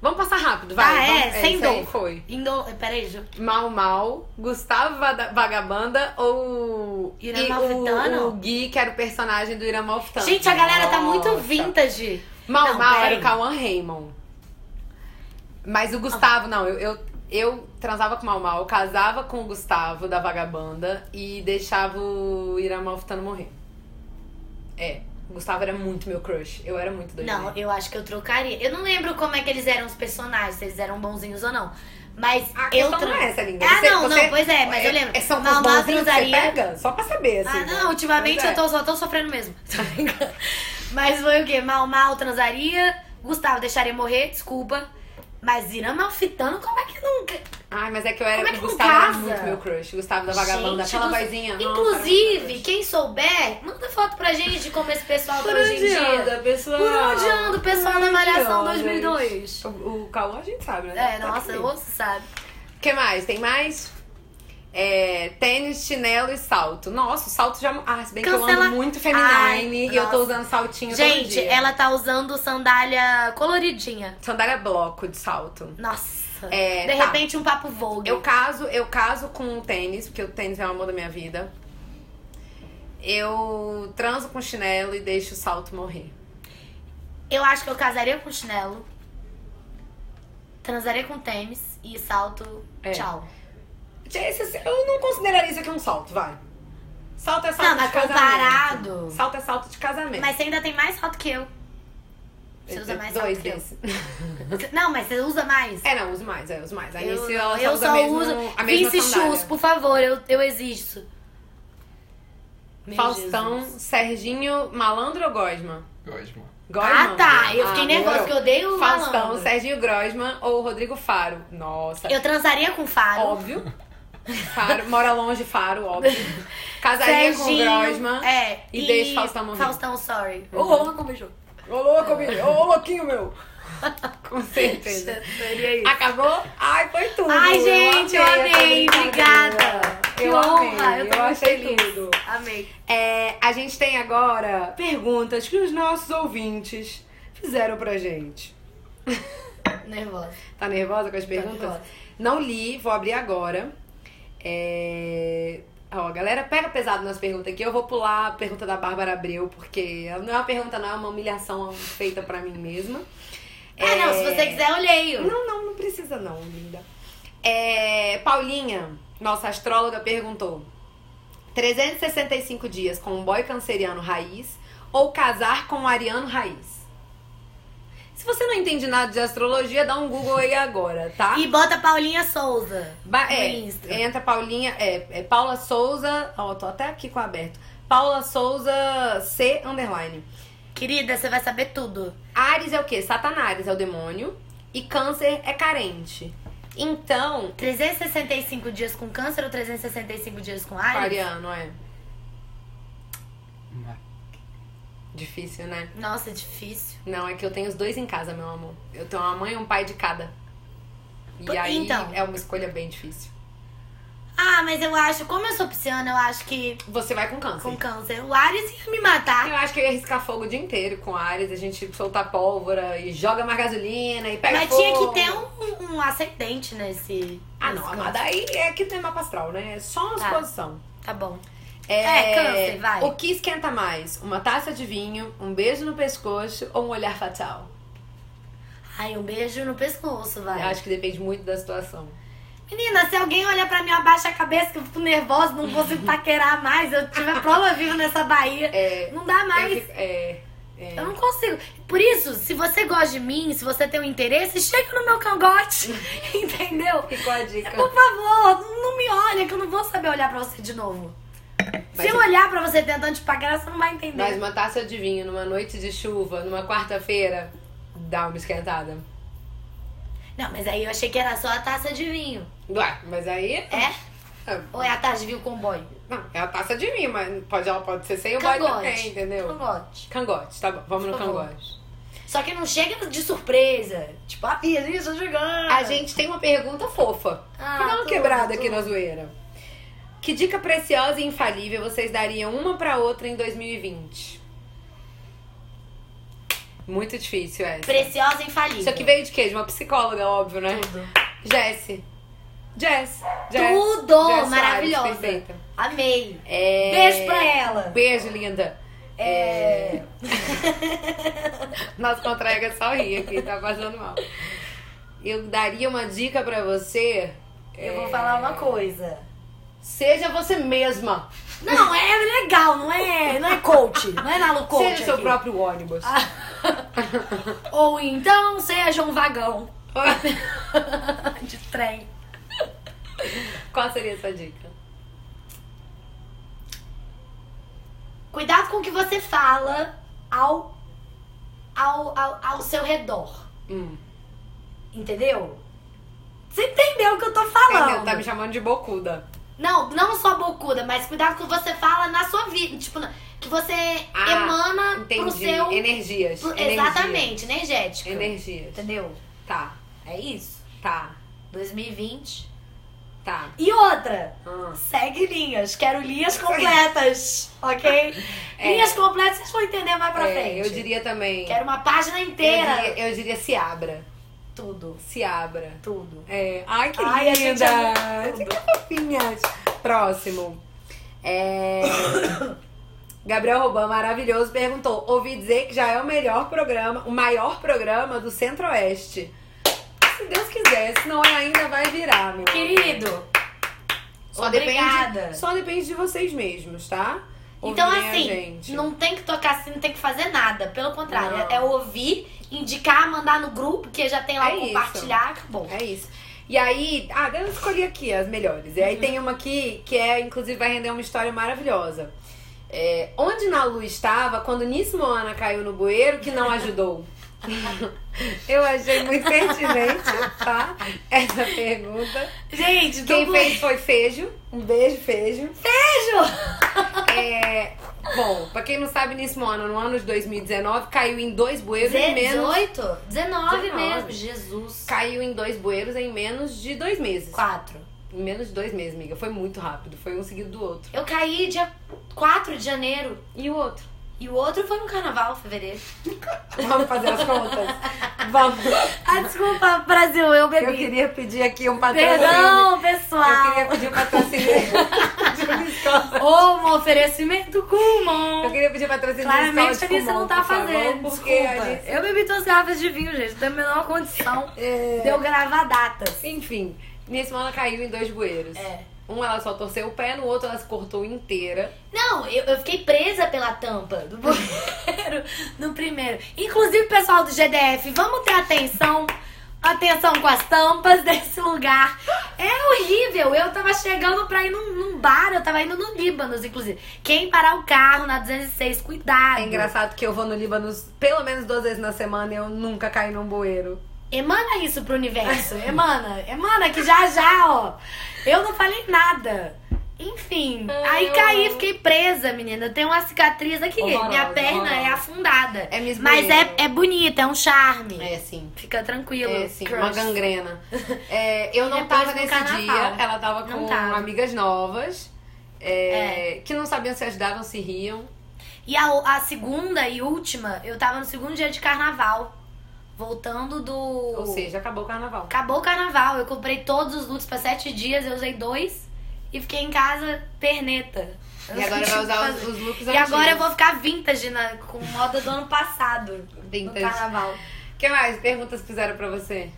Speaker 1: Vamos passar rápido, vai.
Speaker 2: ah, é?
Speaker 1: Vamos-
Speaker 2: Sem
Speaker 1: isso
Speaker 2: dor.
Speaker 1: aí Foi.
Speaker 2: Indo... Peraí, Ju.
Speaker 1: Mal Mal, Gustavo Vada- Vagabanda ou
Speaker 2: Irã
Speaker 1: e
Speaker 2: Malfitano?
Speaker 1: o, o Gui, que era o personagem do Irã Malfitano.
Speaker 2: Gente, a galera tá muito
Speaker 3: Nossa.
Speaker 2: vintage.
Speaker 1: Mal
Speaker 2: Não,
Speaker 1: Mal
Speaker 2: peraí.
Speaker 1: era o Cauã Raymond. Mas o Gustavo, não, eu, eu, eu transava com o Mal Mal, casava com o Gustavo da Vagabanda e deixava o Irã Malfitano morrer. É, o Gustavo era muito meu crush, eu era muito doida.
Speaker 2: Não, eu acho que eu trocaria. Eu não lembro como é que eles eram os personagens, se eles eram bonzinhos ou não. Mas
Speaker 1: A
Speaker 2: eu
Speaker 1: questão não é essa, linda.
Speaker 2: Ah,
Speaker 1: Você-
Speaker 2: não,
Speaker 1: você-
Speaker 2: não, pois é, mas eu lembro.
Speaker 1: É, são
Speaker 2: Mal
Speaker 1: mal,
Speaker 2: Mal
Speaker 1: que
Speaker 2: transaria.
Speaker 1: você pega? Só pra saber, assim.
Speaker 2: Ah,
Speaker 1: né?
Speaker 2: não, ultimamente
Speaker 1: Pois é.
Speaker 2: eu tô, só tô sofrendo mesmo. Tô brincando. mas foi o quê? Mal Mal transaria, Gustavo deixaria morrer, desculpa. Mas Irã Malfitano, como é que nunca?
Speaker 1: Ai, mas é que eu era.
Speaker 2: Como é que
Speaker 1: o
Speaker 2: não
Speaker 1: Gustavo era
Speaker 2: casa?
Speaker 1: muito meu crush. o Gustavo da Vagabanda,
Speaker 2: Gente
Speaker 1: aquela
Speaker 2: do-
Speaker 1: vozinha. nossa, era muito
Speaker 2: Inclusive,
Speaker 1: meu
Speaker 2: quem souber, manda foto pra gente de como esse pessoal tá hoje em
Speaker 1: crush.
Speaker 2: dia.
Speaker 1: pessoal?
Speaker 2: Por onde anda o pessoal na Malhação
Speaker 1: Ah, Por onde anda,
Speaker 2: 2002?
Speaker 1: O, o Cauã a gente sabe, né?
Speaker 2: É,
Speaker 1: Tá
Speaker 2: nossa,
Speaker 1: comigo.
Speaker 2: ou se sabe.
Speaker 1: O que mais? Tem mais? É, tênis, chinelo e salto. Nossa, o salto já. Ah, se bem que eu
Speaker 2: Cancela-
Speaker 1: ando muito feminine
Speaker 2: Ai,
Speaker 1: e eu tô
Speaker 2: nossa.
Speaker 1: usando saltinho todo
Speaker 2: Gente,
Speaker 1: dia.
Speaker 2: ela tá usando sandália coloridinha.
Speaker 1: Sandália bloco de salto.
Speaker 2: Nossa.
Speaker 1: É,
Speaker 2: de
Speaker 1: tá.
Speaker 2: repente, um papo vogue.
Speaker 1: Eu caso, eu caso com o tênis, porque o tênis é o amor da minha vida. Eu transo com chinelo e deixo o salto morrer.
Speaker 2: Eu acho que eu casaria com chinelo. Transaria com tênis e salto.
Speaker 1: É.
Speaker 2: Tchau.
Speaker 1: Esse- Eu não consideraria isso aqui um salto, vai. Salto é salto
Speaker 2: Não,
Speaker 1: de
Speaker 2: mas
Speaker 1: casamento.
Speaker 2: comparado.
Speaker 1: Salto é salto de casamento.
Speaker 2: Mas você ainda tem mais salto que eu. Você usa mais
Speaker 1: É, Dois
Speaker 2: salto que eu.
Speaker 1: desse.
Speaker 2: Você- Não, mas você usa mais.
Speaker 1: É, não, uso mais, é, uso mais. A
Speaker 2: eu
Speaker 1: Alice, ela
Speaker 2: não,
Speaker 1: só
Speaker 2: eu
Speaker 1: usa
Speaker 2: só
Speaker 1: mesmo
Speaker 2: uso
Speaker 1: a mesma
Speaker 2: Vince
Speaker 1: sandália.
Speaker 2: Shoes, por favor, eu, eu exijo. Meu
Speaker 1: Faustão,
Speaker 2: Jesus.
Speaker 1: Serginho, Malandro ou Gosma?
Speaker 3: Gosma.
Speaker 1: Gosma?
Speaker 2: Ah, tá. Eu fiquei
Speaker 1: Ah,
Speaker 2: nervosa,
Speaker 1: morreu.
Speaker 2: porque eu dei o
Speaker 1: Faustão,
Speaker 2: malandro.
Speaker 1: Serginho Grosman ou Rodrigo Faro? Nossa.
Speaker 2: Eu transaria com Faro.
Speaker 1: Óbvio. Faro, mora longe, Faro, óbvio. Casaria
Speaker 2: Serginho,
Speaker 1: com o Grosman.
Speaker 2: É.
Speaker 1: e deixa o Faustão morrer.
Speaker 2: Faustão, sorry.
Speaker 1: Uhum.
Speaker 2: Ou como beijou.
Speaker 1: Ô, louco, meu. Ô, louquinho, meu. Com certeza.
Speaker 2: Seria isso.
Speaker 1: Acabou? Ai, foi tudo.
Speaker 2: Ai, gente, eu amei.
Speaker 1: essa brincadeira.
Speaker 2: Obrigada.
Speaker 1: Eu
Speaker 2: Que honra.
Speaker 1: amei.
Speaker 2: Eu tô muito
Speaker 1: achei
Speaker 2: feliz.
Speaker 1: tudo.
Speaker 2: Amei.
Speaker 1: É, a gente tem agora perguntas que os nossos ouvintes fizeram pra gente.
Speaker 2: Nervosa.
Speaker 1: Tá nervosa com as perguntas?
Speaker 2: nervosa.
Speaker 1: Não li, vou abrir agora. É... Ó, galera, pega pesado nas perguntas aqui. Eu vou pular a pergunta da Bárbara Abreu, porque ela não é uma pergunta, não, é uma humilhação feita pra mim mesma.
Speaker 2: É, não, se você quiser, eu leio.
Speaker 1: Não, não, não precisa não, linda. É, Paulinha, nossa astróloga, perguntou: 365 dias com um boy canceriano raiz ou casar com um ariano raiz? Se você não entende nada de astrologia, dá um Google aí agora, tá?
Speaker 2: E bota Paulinha Souza.
Speaker 1: Ba-
Speaker 2: no
Speaker 1: é,
Speaker 2: Insta.
Speaker 1: entra Paulinha, é, é Paula Souza, ó, tô até aqui com aberto. Paula Souza C underline.
Speaker 2: Querida, você vai saber tudo.
Speaker 1: Ares é o quê? Satanás é o demônio e câncer é carente. Então,
Speaker 2: 365 dias com câncer ou 365 dias com Ares?
Speaker 1: Aquariano, é. Difícil, né?
Speaker 2: Nossa, difícil.
Speaker 1: Não, é que eu tenho os dois em casa, meu amor. Eu tenho uma mãe e um pai de cada. E
Speaker 2: P-
Speaker 1: aí
Speaker 2: então.
Speaker 1: é uma escolha bem difícil.
Speaker 2: Ah, mas eu acho, como eu sou pisciana, eu acho que
Speaker 1: Você vai com câncer.
Speaker 2: com câncer o Ares ia me matar.
Speaker 1: Eu acho que eu ia arriscar fogo o dia inteiro com Ares, a gente soltar pólvora e joga mais gasolina e pega
Speaker 2: Mas
Speaker 1: fogo.
Speaker 2: tinha que ter um, um ascendente nesse.
Speaker 1: Ah,
Speaker 2: nesse
Speaker 1: não,
Speaker 2: câncer.
Speaker 1: mas daí é que tem mapa astral, né? É só uma
Speaker 2: Tá.
Speaker 1: exposição.
Speaker 2: Tá bom. É, câncer, vai.
Speaker 1: O que esquenta mais? Uma taça de vinho, um beijo no pescoço ou um olhar fatal?
Speaker 2: Ai, um beijo no pescoço, vai.
Speaker 1: Eu acho que depende muito da situação.
Speaker 2: Menina, se alguém olhar pra mim, abaixa a cabeça que eu fico nervosa, não consigo paquerar mais. Eu tive a prova viva nessa Bahia.
Speaker 1: É,
Speaker 2: Não dá mais.
Speaker 1: Eu fico- é,
Speaker 2: Eu não consigo. Por isso, se você gosta de mim, se você tem um interesse, chega no meu cangote. entendeu?
Speaker 1: ficou a dica.
Speaker 2: Por favor, não me olha, que eu não vou saber olhar pra você de novo.
Speaker 1: Mas-
Speaker 2: se eu olhar pra você tentando te pagar, você não vai entender.
Speaker 1: Mas uma taça de vinho numa noite de chuva, numa quarta-feira, dá uma esquentada.
Speaker 2: Não, mas aí eu achei que era só a taça de vinho.
Speaker 1: Ué, mas aí.
Speaker 2: É?
Speaker 1: É.
Speaker 2: Ou é a taça de vinho com boy?
Speaker 1: Não, é a taça de vinho, mas pode, ela pode ser sem o boy também,
Speaker 2: Cangote.
Speaker 1: entendeu?
Speaker 2: Cangote.
Speaker 1: Cangote, tá bom. Vamos no
Speaker 2: Por favor.
Speaker 1: cangote.
Speaker 2: Só que não chega de surpresa. Tipo, ah, Pia, isso, jogando.
Speaker 1: A gente tem uma pergunta fofa.
Speaker 2: Ah,
Speaker 1: Pra dar uma
Speaker 2: tudo,
Speaker 1: quebrada aqui
Speaker 2: tudo.
Speaker 1: na zoeira. Que dica preciosa e infalível vocês dariam uma pra outra em 2020? Muito difícil essa.
Speaker 2: Preciosa e infalível.
Speaker 1: Isso aqui veio de quê? De uma psicóloga, óbvio, né?
Speaker 2: Tudo.
Speaker 1: Jess. Jess. Jess.
Speaker 2: Tudo!
Speaker 1: Jess Soares,
Speaker 2: maravilhosa.
Speaker 1: perfeita.
Speaker 2: Amei.
Speaker 1: É...
Speaker 2: Beijo pra ela.
Speaker 1: Beijo, linda.
Speaker 2: É...
Speaker 1: Nossa colega só ri aqui, tá passando mal. Eu daria uma dica pra você.
Speaker 2: Eu vou falar uma coisa.
Speaker 1: Seja você mesma.
Speaker 2: Não, é legal, não é, não é coach. Não é Nalu coach.
Speaker 1: Seja seu
Speaker 2: aqui. Ah.
Speaker 1: próprio ônibus.
Speaker 2: Ou então seja um vagão de trem.
Speaker 1: Qual seria essa dica?
Speaker 2: Cuidado com o que você fala ao, ao, ao, ao seu redor.
Speaker 1: Hum.
Speaker 2: Entendeu? Você entendeu o que eu tô falando?
Speaker 1: Entendeu? Tá me chamando de bocuda.
Speaker 2: Não, não só bocuda, mas cuidado com o que você fala na sua vida. Tipo, na- que você
Speaker 1: Ah,
Speaker 2: emana pro
Speaker 1: Entendi.
Speaker 2: seu.
Speaker 1: Energias.
Speaker 2: pro-
Speaker 1: Energia.
Speaker 2: Exatamente, energética.
Speaker 1: Energias.
Speaker 2: Entendeu?
Speaker 1: Tá,
Speaker 2: É isso.
Speaker 1: tá,
Speaker 2: 2020.
Speaker 1: tá.
Speaker 2: E outra!
Speaker 1: Ah.
Speaker 2: Segue linhas, quero linhas completas, ok?
Speaker 1: É.
Speaker 2: Linhas completas vocês vão entender mais pra
Speaker 1: É,
Speaker 2: frente.
Speaker 1: eu diria também.
Speaker 2: Quero uma página inteira.
Speaker 1: Eu diria, eu diria se abra.
Speaker 2: Tudo,
Speaker 1: Se abra.
Speaker 2: tudo.
Speaker 1: É. Ai, que
Speaker 2: Ai, a gente
Speaker 1: linda!
Speaker 2: é muito
Speaker 1: Que fofinhas! Próximo. É... Gabriel Roban, maravilhoso, perguntou: ouvi dizer que já é o melhor programa, o maior programa do Centro-Oeste. Se Deus quiser, senão ainda vai virar, meu.
Speaker 2: Querido,
Speaker 1: Só
Speaker 2: obrigada.
Speaker 1: Depende, só depende de vocês mesmos, tá?
Speaker 2: então
Speaker 1: Ouvirem a
Speaker 2: assim,
Speaker 1: gente.
Speaker 2: não tem que tocar assim, não tem que fazer nada. Pelo contrário,
Speaker 1: Não.
Speaker 2: é, é ouvir, indicar, mandar no grupo, que já tem lá
Speaker 1: É
Speaker 2: o
Speaker 1: isso.
Speaker 2: compartilhar, acabou.
Speaker 1: É isso. E aí, ah, eu escolhi aqui as melhores. E aí tem uma aqui que é, inclusive, vai render uma história maravilhosa. É, onde na Lu estava quando Nismoana caiu no bueiro que não ajudou? eu achei muito pertinente, tá? Essa pergunta.
Speaker 2: Gente,
Speaker 1: Quem
Speaker 2: duplo
Speaker 1: fez foi Fejo. Um beijo, Fejo.
Speaker 2: beijo!
Speaker 1: É, bom, pra quem não sabe, Nismoana, no ano de 2019, caiu em dois bueiros em menos.
Speaker 2: 18? 19
Speaker 1: 19.
Speaker 2: mesmo. Jesus.
Speaker 1: Caiu em dois bueiros em menos de dois meses.
Speaker 2: Quatro.
Speaker 1: Em menos de dois meses, amiga. Foi muito rápido. Foi um seguido do outro.
Speaker 2: Eu caí dia 4 de janeiro.
Speaker 1: E o outro?
Speaker 2: E o outro foi no carnaval, fevereiro.
Speaker 1: Vamos fazer as contas? Vamos.
Speaker 2: Ah, desculpa, Brasil, eu
Speaker 1: Eu queria pedir aqui um patrocínio. Eu queria
Speaker 2: pessoal.
Speaker 1: pedir um patrocínio. de escola.
Speaker 2: Ou um oferecimento
Speaker 1: Eu
Speaker 2: Kumon.
Speaker 1: queria pedir patrocínio
Speaker 2: Claramente
Speaker 1: de
Speaker 2: a
Speaker 1: escola de
Speaker 2: Alice não
Speaker 1: Kumon,
Speaker 2: tá
Speaker 1: tipo, por favor,
Speaker 2: fazendo.
Speaker 1: porque
Speaker 2: desculpa.
Speaker 1: a gente...
Speaker 2: Eu bebi duas garrafas de vinho, gente. Não tem a menor condição
Speaker 1: É.
Speaker 2: de eu gravar datas.
Speaker 1: Enfim, nesse ano ela caiu em dois bueiros.
Speaker 2: É.
Speaker 1: Um ela só torceu o pé, no outro ela se cortou inteira.
Speaker 2: Não, eu, eu fiquei presa pela tampa do banheiro no primeiro. Inclusive, pessoal do GDF, vamos ter atenção. Atenção com as tampas desse lugar. É horrível. Eu tava chegando pra ir num, num bar, eu tava indo no Líbanos, inclusive. Quem parar o carro na 206, cuidado.
Speaker 1: É engraçado que eu vou no Líbano pelo menos duas vezes na semana e eu nunca caí num bueiro.
Speaker 2: Emana isso pro universo. Emana. Emana que já já, ó. Eu não falei nada. Enfim, aí caí, fiquei presa, menina. Eu tenho uma cicatriz aqui.
Speaker 1: Horrorosa,
Speaker 2: Minha perna
Speaker 1: horrorosa.
Speaker 2: é afundada.
Speaker 1: É Miss
Speaker 2: Mas
Speaker 1: Bonito.
Speaker 2: é, é bonita, é um charme.
Speaker 1: É, sim.
Speaker 2: Fica tranquilo.
Speaker 1: É, sim,
Speaker 2: crush.
Speaker 1: uma gangrena. É, eu
Speaker 2: E
Speaker 1: não
Speaker 2: depois
Speaker 1: tava
Speaker 2: no
Speaker 1: nesse
Speaker 2: carnaval.
Speaker 1: dia, ela tava
Speaker 2: Não
Speaker 1: com
Speaker 2: tava.
Speaker 1: amigas novas, é, que não sabiam se ajudavam, se riam.
Speaker 2: E a, a segunda e última, eu tava no segundo dia de carnaval. Voltando do.
Speaker 1: Ou seja, acabou o carnaval.
Speaker 2: Acabou o carnaval, eu comprei todos os looks pra sete dias, eu usei dois e fiquei em casa perneta. Eu
Speaker 1: E
Speaker 2: não
Speaker 1: agora
Speaker 2: tinha
Speaker 1: vai
Speaker 2: o que
Speaker 1: usar os,
Speaker 2: fazer.
Speaker 1: os looks
Speaker 2: E agora eu vou ficar vintage na, com moda do ano passado.
Speaker 1: Vintage.
Speaker 2: No carnaval.
Speaker 1: O que mais? Perguntas que fizeram pra você?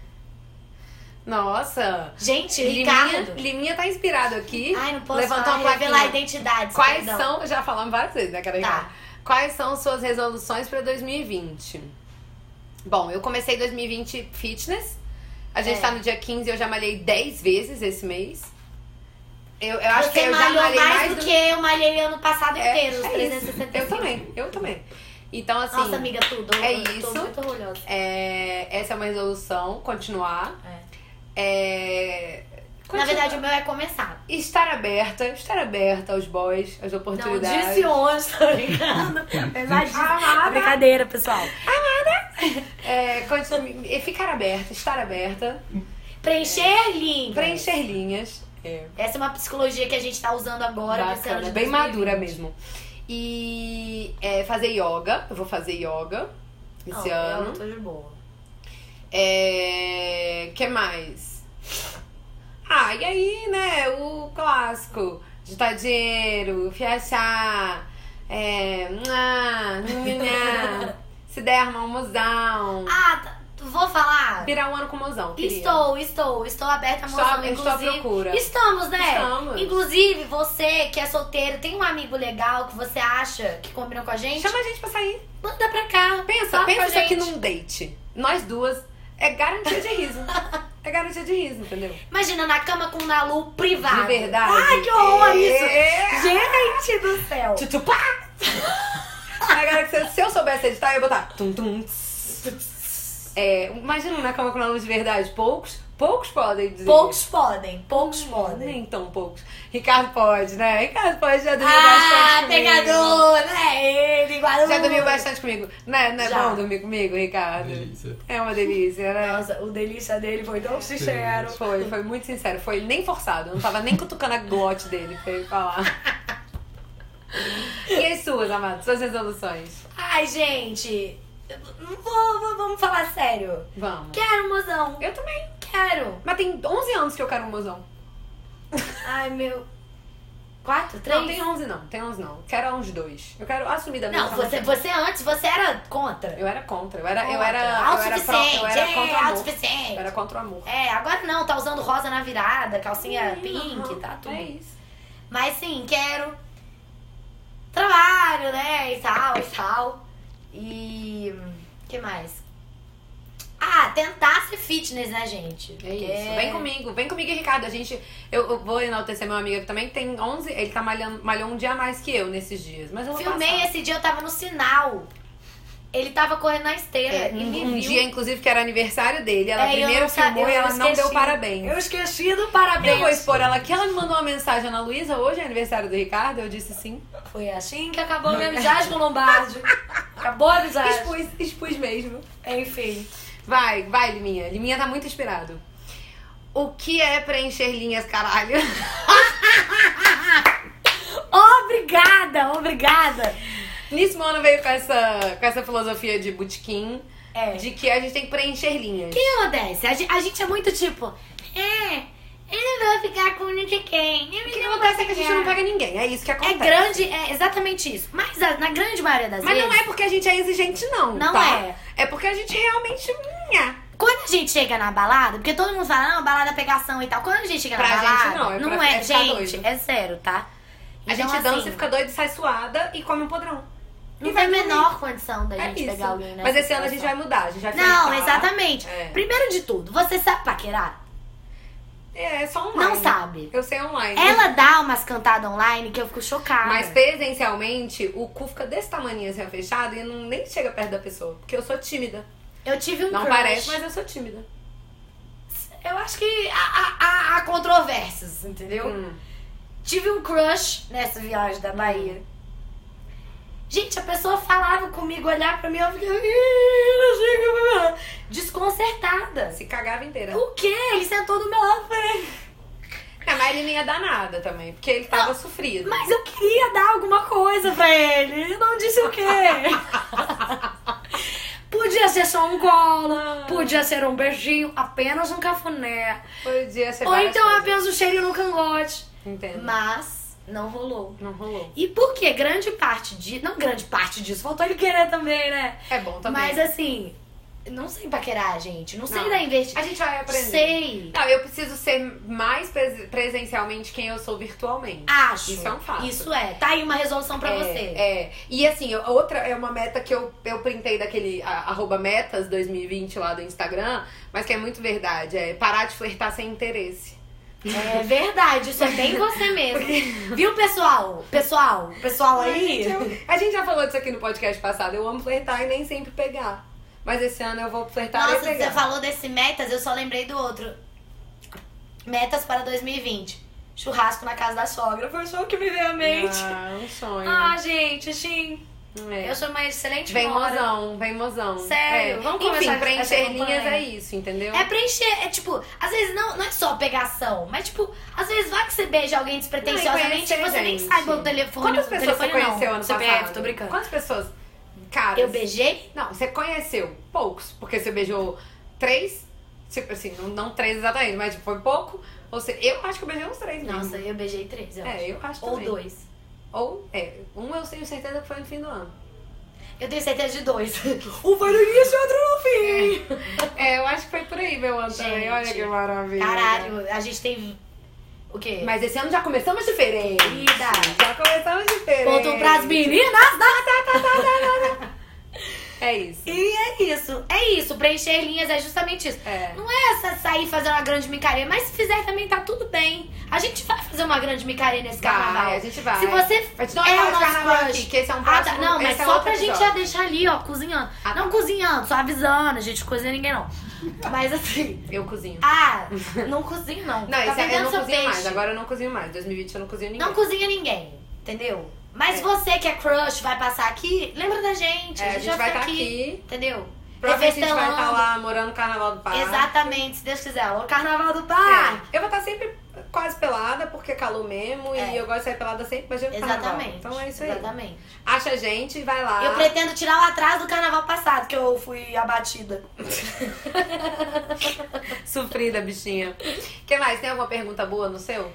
Speaker 1: Nossa!
Speaker 2: Gente,
Speaker 1: Liminha,
Speaker 2: Ricardo.
Speaker 1: Liminha tá inspirado aqui.
Speaker 2: Ai, não posso
Speaker 1: Levantou
Speaker 2: falar,
Speaker 1: uma
Speaker 2: revelar
Speaker 1: plaquinha.
Speaker 2: identidades.
Speaker 1: Quais
Speaker 2: perdão.
Speaker 1: são, já falamos várias vezes, né, Carolina?
Speaker 2: Tá.
Speaker 1: Quais são suas resoluções pra 2020? Bom, eu comecei 2020 fitness. A gente
Speaker 2: É.
Speaker 1: tá no dia 15, eu já malhei 10 vezes esse mês. Eu, eu acho
Speaker 2: Você
Speaker 1: que eu já
Speaker 2: malhou
Speaker 1: malhei
Speaker 2: mais,
Speaker 1: mais
Speaker 2: do que eu malhei ano passado
Speaker 1: É,
Speaker 2: inteiro, os
Speaker 1: é isso.
Speaker 2: 365.
Speaker 1: Eu também, eu também. Então, assim,
Speaker 2: Nossa, amiga, tudo. Eu-
Speaker 1: é
Speaker 2: eu
Speaker 1: isso.
Speaker 2: Tô muito orgulhosa.
Speaker 1: é, essa é uma resolução, continuar.
Speaker 2: É.
Speaker 1: É,
Speaker 2: Na
Speaker 1: continuar.
Speaker 2: verdade, o meu é começar.
Speaker 1: estar aberta, estar aberta aos boys, às
Speaker 2: Não,
Speaker 1: oportunidades.
Speaker 2: disse ontem, tá ligado? Apesar disso.
Speaker 1: Amada.
Speaker 2: Brincadeira, pessoal.
Speaker 1: É, continu- e ficar aberta, estar aberta,
Speaker 2: Preencher linhas.
Speaker 1: É. preencher linhas. É.
Speaker 2: Essa é uma psicologia que a gente tá usando agora. pra esse ano
Speaker 1: Bacana,
Speaker 2: de
Speaker 1: bem
Speaker 2: 2020.
Speaker 1: madura mesmo. E é, fazer yoga, eu vou fazer yoga
Speaker 2: Não,
Speaker 1: esse
Speaker 2: eu
Speaker 1: ano.
Speaker 2: tô de boa.
Speaker 1: É. que mais? Ah, e aí, né? O clássico. Juntar dinheiro, fiachar. É. mua, nhanhã. Se der, arrumar um mozão.
Speaker 2: Ah, tá- vou falar.
Speaker 1: Virar um ano com mozão. queria.
Speaker 2: Estou, estou, estou aberta a
Speaker 1: Estou-
Speaker 2: moção,
Speaker 1: estou à
Speaker 2: inclusive.
Speaker 1: procura.
Speaker 2: Estamos, né?
Speaker 1: Estamos.
Speaker 2: Inclusive, você que é solteiro, tem um amigo legal que você acha que combina com a gente?
Speaker 1: Chama a gente pra sair.
Speaker 2: Manda pra cá.
Speaker 1: Pensa,
Speaker 2: Fala com
Speaker 1: pensa
Speaker 2: a
Speaker 1: isso aqui
Speaker 2: gente.
Speaker 1: num date. Nós duas. É garantia de riso. é garantia de riso, entendeu?
Speaker 2: Imagina, na cama com o Nalu privado.
Speaker 1: De verdade.
Speaker 2: Ai, que horror isso.
Speaker 1: É.
Speaker 2: Gente do céu.
Speaker 1: Tchutupá! Agora, que se, se eu soubesse editar, eu ia botar. Tum, tum, tss, tss. é, imagina um na cama com aluno de verdade. Poucos, poucos podem dizer.
Speaker 2: Poucos podem, poucos podem.
Speaker 1: Nem tão poucos. Ricardo pode, né? Ricardo pode já dormiu
Speaker 2: Ah,
Speaker 1: bastante. comigo.
Speaker 2: pegador, né? Ele, igual
Speaker 1: Já dormiu bastante comigo. Não é, não é
Speaker 2: Já.
Speaker 1: bom dormir comigo, Ricardo?
Speaker 3: Delícia.
Speaker 1: É uma delícia, né?
Speaker 2: Nossa, o delícia dele foi tão sincero.
Speaker 1: Foi, foi muito sincero. Foi nem forçado. Eu não tava nem cutucando a glote dele pra ele falar. E as suas, amadas? Suas resoluções?
Speaker 2: Ai, gente, eu não vou, vou- vamos falar sério.
Speaker 1: Vamos.
Speaker 2: Quero, mozão.
Speaker 1: Eu também.
Speaker 2: Quero.
Speaker 1: Mas tem 11 anos que eu quero um mozão.
Speaker 2: Ai, meu. Quatro, três?
Speaker 1: Não, tem 11 não. Tem 11 não. Quero uns dois. Eu quero assumir da minha
Speaker 2: Não, você, você antes, você era contra.
Speaker 1: Eu era contra. Eu era... Eu
Speaker 2: Contra.
Speaker 1: era, eu era, pro,
Speaker 2: Autossuficiente,
Speaker 1: eu era
Speaker 2: é,
Speaker 1: contra o amor.
Speaker 2: autossuficiente.
Speaker 1: Eu era contra o amor.
Speaker 2: É, agora não, tá usando rosa na virada, calcinha pink,
Speaker 1: Aham,
Speaker 2: tá tudo.
Speaker 1: É isso.
Speaker 2: Mas sim, quero trabalho, né? E tal, e tal. E. que mais? Ah, tentar ser fitness, né, gente?
Speaker 1: É isso. Vem comigo. Vem comigo, Ricardo. A gente... Eu, eu vou enaltecer meu amigo que também tem 11... Ele tá malhando, malhou um dia a mais que eu nesses dias. Mas eu vou
Speaker 2: Filmei
Speaker 1: passar.
Speaker 2: esse dia, eu tava no sinal. Ele tava correndo na esteira
Speaker 1: É,
Speaker 2: e
Speaker 1: um,
Speaker 2: me
Speaker 1: um
Speaker 2: viu.
Speaker 1: dia, inclusive, que era aniversário dele. Ela
Speaker 2: É, eu
Speaker 1: primeiro
Speaker 2: não sa-
Speaker 1: filmou
Speaker 2: eu
Speaker 1: e ela não deu
Speaker 2: esqueci.
Speaker 1: parabéns.
Speaker 2: Eu esqueci do
Speaker 1: Eu vou
Speaker 2: parabéns.
Speaker 1: expor ela aqui. Ela me mandou uma mensagem, Ana Luísa, hoje é aniversário do Ricardo. Eu disse sim.
Speaker 2: Foi assim que acabou a minha amizade com o Lombardi. Acabou a amizade.
Speaker 1: Expus, expus mesmo.
Speaker 2: Enfim.
Speaker 1: Vai, vai, Liminha. Liminha tá muito inspirado. O que é preencher linhas, caralho?
Speaker 2: Obrigada, obrigada.
Speaker 1: Nisso, Mano veio com essa, com essa filosofia de butiquim.
Speaker 2: É.
Speaker 1: De que a gente tem que preencher linhas.
Speaker 2: O que acontece? A gente, a gente é muito tipo, é, eu não vou ficar com não sei quem. eu
Speaker 1: O que
Speaker 2: não
Speaker 1: acontece
Speaker 2: vou
Speaker 1: é que a gente
Speaker 2: ficar."
Speaker 1: não pega ninguém. É isso que
Speaker 2: É
Speaker 1: acontece.
Speaker 2: grande, é exatamente isso. Mas a- na grande maioria das
Speaker 1: Mas
Speaker 2: vezes.
Speaker 1: não é porque a gente é exigente, não.
Speaker 2: Não
Speaker 1: tá?
Speaker 2: é.
Speaker 1: É porque a gente realmente. Minha.
Speaker 2: Quando a gente chega na balada, porque todo mundo fala, não, balada é pegação e tal. Quando a gente chega
Speaker 1: Pra
Speaker 2: na
Speaker 1: gente
Speaker 2: balada.
Speaker 1: não, é pra-
Speaker 2: é,
Speaker 1: é ficar
Speaker 2: gente,
Speaker 1: doido.
Speaker 2: é sério, tá?
Speaker 1: A
Speaker 2: Então,
Speaker 1: gente dança
Speaker 2: assim,
Speaker 1: e fica doida, sai suada e come um podrão.
Speaker 2: Não
Speaker 1: e
Speaker 2: tem
Speaker 1: vai
Speaker 2: a
Speaker 1: dormir.
Speaker 2: menor condição da
Speaker 1: É
Speaker 2: gente
Speaker 1: isso.
Speaker 2: pegar alguém, né?
Speaker 1: Mas esse ano a gente vai mudar, a gente vai
Speaker 2: Não,
Speaker 1: flertar.
Speaker 2: exatamente.
Speaker 1: É.
Speaker 2: Primeiro de tudo, você sabe paquerar?
Speaker 1: É, é só online.
Speaker 2: Não sabe.
Speaker 1: Eu sei online.
Speaker 2: Ela dá umas cantadas online que eu fico chocada.
Speaker 1: Uhum. Mas presencialmente, o cu fica desse tamanho assim, ó, fechado e não, nem chega perto da pessoa. Porque eu sou tímida.
Speaker 2: Eu tive um
Speaker 1: Não
Speaker 2: crush.
Speaker 1: parece, mas eu sou tímida.
Speaker 2: Eu acho que há, há, há- há controvérsias, entendeu?
Speaker 1: Hum.
Speaker 2: Tive um crush nessa viagem da Bahia. Gente, a pessoa falava comigo, olhava pra mim, eu fiquei... "Ih, não sei o que eu vou falar." Desconcertada.
Speaker 1: Se cagava inteira.
Speaker 2: O quê? Ele sentou do meu lado e falei,
Speaker 1: É, mas ele nem ia dar nada também, porque ele tava sofrido.
Speaker 2: Mas eu queria dar alguma coisa pra ele. Ele não disse o quê. podia ser só um
Speaker 1: Ah.
Speaker 2: colo, podia ser um beijinho, apenas um cafuné.
Speaker 1: Podia ser
Speaker 2: Ou
Speaker 1: várias
Speaker 2: então
Speaker 1: coisas.
Speaker 2: apenas o cheirinho no cangote.
Speaker 1: Entendo.
Speaker 2: Mas não rolou.
Speaker 1: Não rolou.
Speaker 2: E por que grande parte de. Não grande parte disso, faltou ele querer também, né?
Speaker 1: É bom também.
Speaker 2: Mas assim, não sei paquerar, gente. Não sei
Speaker 1: Não.
Speaker 2: dar investida.
Speaker 1: A gente vai aprender.
Speaker 2: Sei.
Speaker 1: Não, eu preciso ser mais pres- presencialmente quem eu sou virtualmente.
Speaker 2: Acho.
Speaker 1: Isso é um fato.
Speaker 2: Isso é. Tá aí uma resolução Ah, pra
Speaker 1: é,
Speaker 2: você.
Speaker 1: É. E assim, eu- outra é uma meta que eu, eu printei daquele a- arroba metas 2020 lá do Instagram, mas que é muito verdade. É parar de flertar sem interesse.
Speaker 2: É verdade, isso é bem você mesmo. Viu, pessoal? Pessoal, pessoal aí.
Speaker 1: Gente, eu- a gente já falou disso aqui no podcast passado. Eu amo flertar e nem sempre pegar. Mas esse ano eu vou flertar
Speaker 2: Nossa,
Speaker 1: e pegar.
Speaker 2: você falou desse metas, eu só lembrei do outro. Metas para 2020. Churrasco na casa da sogra. Foi só o que me veio à mente.
Speaker 1: Ah, um sonho.
Speaker 2: Ah, gente, sim.
Speaker 1: É.
Speaker 2: Eu sou uma excelente
Speaker 1: Vem
Speaker 2: nora.
Speaker 1: mozão, vem mozão.
Speaker 2: Sério,
Speaker 1: É.
Speaker 2: vamos começar
Speaker 1: Enfim,
Speaker 2: essa
Speaker 1: preencher
Speaker 2: campanha.
Speaker 1: linhas é isso, entendeu?
Speaker 2: É preencher, é tipo, às vezes não, não é só pegação, mas tipo, às vezes vai que você beija alguém despretensiosamente
Speaker 1: Não, e
Speaker 2: e
Speaker 1: conhecer,
Speaker 2: você nem
Speaker 1: gente.
Speaker 2: sabe o telefone.
Speaker 1: Quantas
Speaker 2: o
Speaker 1: pessoas você
Speaker 2: telefone não,
Speaker 1: conheceu ano
Speaker 2: CPF,
Speaker 1: passado?
Speaker 2: tô brincando.
Speaker 1: Quantas pessoas? Cara,
Speaker 2: Eu beijei?
Speaker 1: Não, você conheceu poucos, porque você beijou três, tipo assim, não, não três exatamente, mas tipo, foi pouco. Ou você, eu acho que eu beijei uns três mesmo.
Speaker 2: Nossa, eu beijei três, eu acho.
Speaker 1: É, eu acho
Speaker 2: Ou
Speaker 1: também.
Speaker 2: dois.
Speaker 1: Ou, é, um eu tenho certeza que foi no fim do ano.
Speaker 2: Eu tenho certeza de dois.
Speaker 1: Um foi no início, outro no fim! É, eu acho que foi por aí, meu ano também.
Speaker 2: Gente,
Speaker 1: Olha que maravilha.
Speaker 2: Caralho, a gente tem. O quê?
Speaker 1: Mas esse ano já começamos diferente.
Speaker 2: Querida.
Speaker 1: Já começamos diferente.
Speaker 2: Ponto pras meninas! Tá,
Speaker 1: É isso.
Speaker 2: E é isso. É isso, preencher linhas é justamente isso.
Speaker 1: É.
Speaker 2: Não é essa sair fazer uma grande micaria, mas se fizer também tá tudo bem. A gente vai fazer uma grande micaria nesse carnaval.
Speaker 1: Vai, a gente vai.
Speaker 2: Se você
Speaker 1: Mas não
Speaker 2: é
Speaker 1: fala
Speaker 2: o
Speaker 1: de
Speaker 2: nosso
Speaker 1: carnaval
Speaker 2: crush.
Speaker 1: aqui, que esse é um
Speaker 2: Ah,
Speaker 1: próximo,
Speaker 2: tá. Não, mas
Speaker 1: esse é
Speaker 2: só
Speaker 1: outro
Speaker 2: pra gente já
Speaker 1: episódio.
Speaker 2: deixar ali, ó, cozinhando.
Speaker 1: Ah, tá.
Speaker 2: Não cozinhando, só avisando, a gente cozinha ninguém não. Mas assim.
Speaker 1: Eu cozinho.
Speaker 2: Ah, não cozinha não.
Speaker 1: Não,
Speaker 2: tá
Speaker 1: esse é, eu
Speaker 2: perdendo
Speaker 1: não
Speaker 2: seu
Speaker 1: cozinho
Speaker 2: peixe.
Speaker 1: mais. Agora eu não cozinho mais. 2020 eu não cozinho ninguém.
Speaker 2: Não cozinha ninguém, entendeu? Mas
Speaker 1: É.
Speaker 2: você que é crush, vai passar aqui, lembra da gente.
Speaker 1: É, a gente vai
Speaker 2: tá
Speaker 1: estar aqui.
Speaker 2: Entendeu?
Speaker 1: Provavelmente a gente vai
Speaker 2: Refestelando.
Speaker 1: estar lá morando no Carnaval do Parque.
Speaker 2: Exatamente, se Deus quiser. O carnaval do
Speaker 1: É.
Speaker 2: par.
Speaker 1: Eu vou estar sempre quase pelada, porque é calor mesmo. E
Speaker 2: É.
Speaker 1: eu gosto de sair pelada sempre, mas eu
Speaker 2: Exatamente.
Speaker 1: Então é isso aí. Ah.
Speaker 2: Exatamente.
Speaker 1: Acha a gente, vai lá.
Speaker 2: Eu pretendo tirar o atraso do carnaval passado, que eu fui abatida.
Speaker 1: Sofrida, bichinha. que mais? Tem alguma pergunta boa no seu?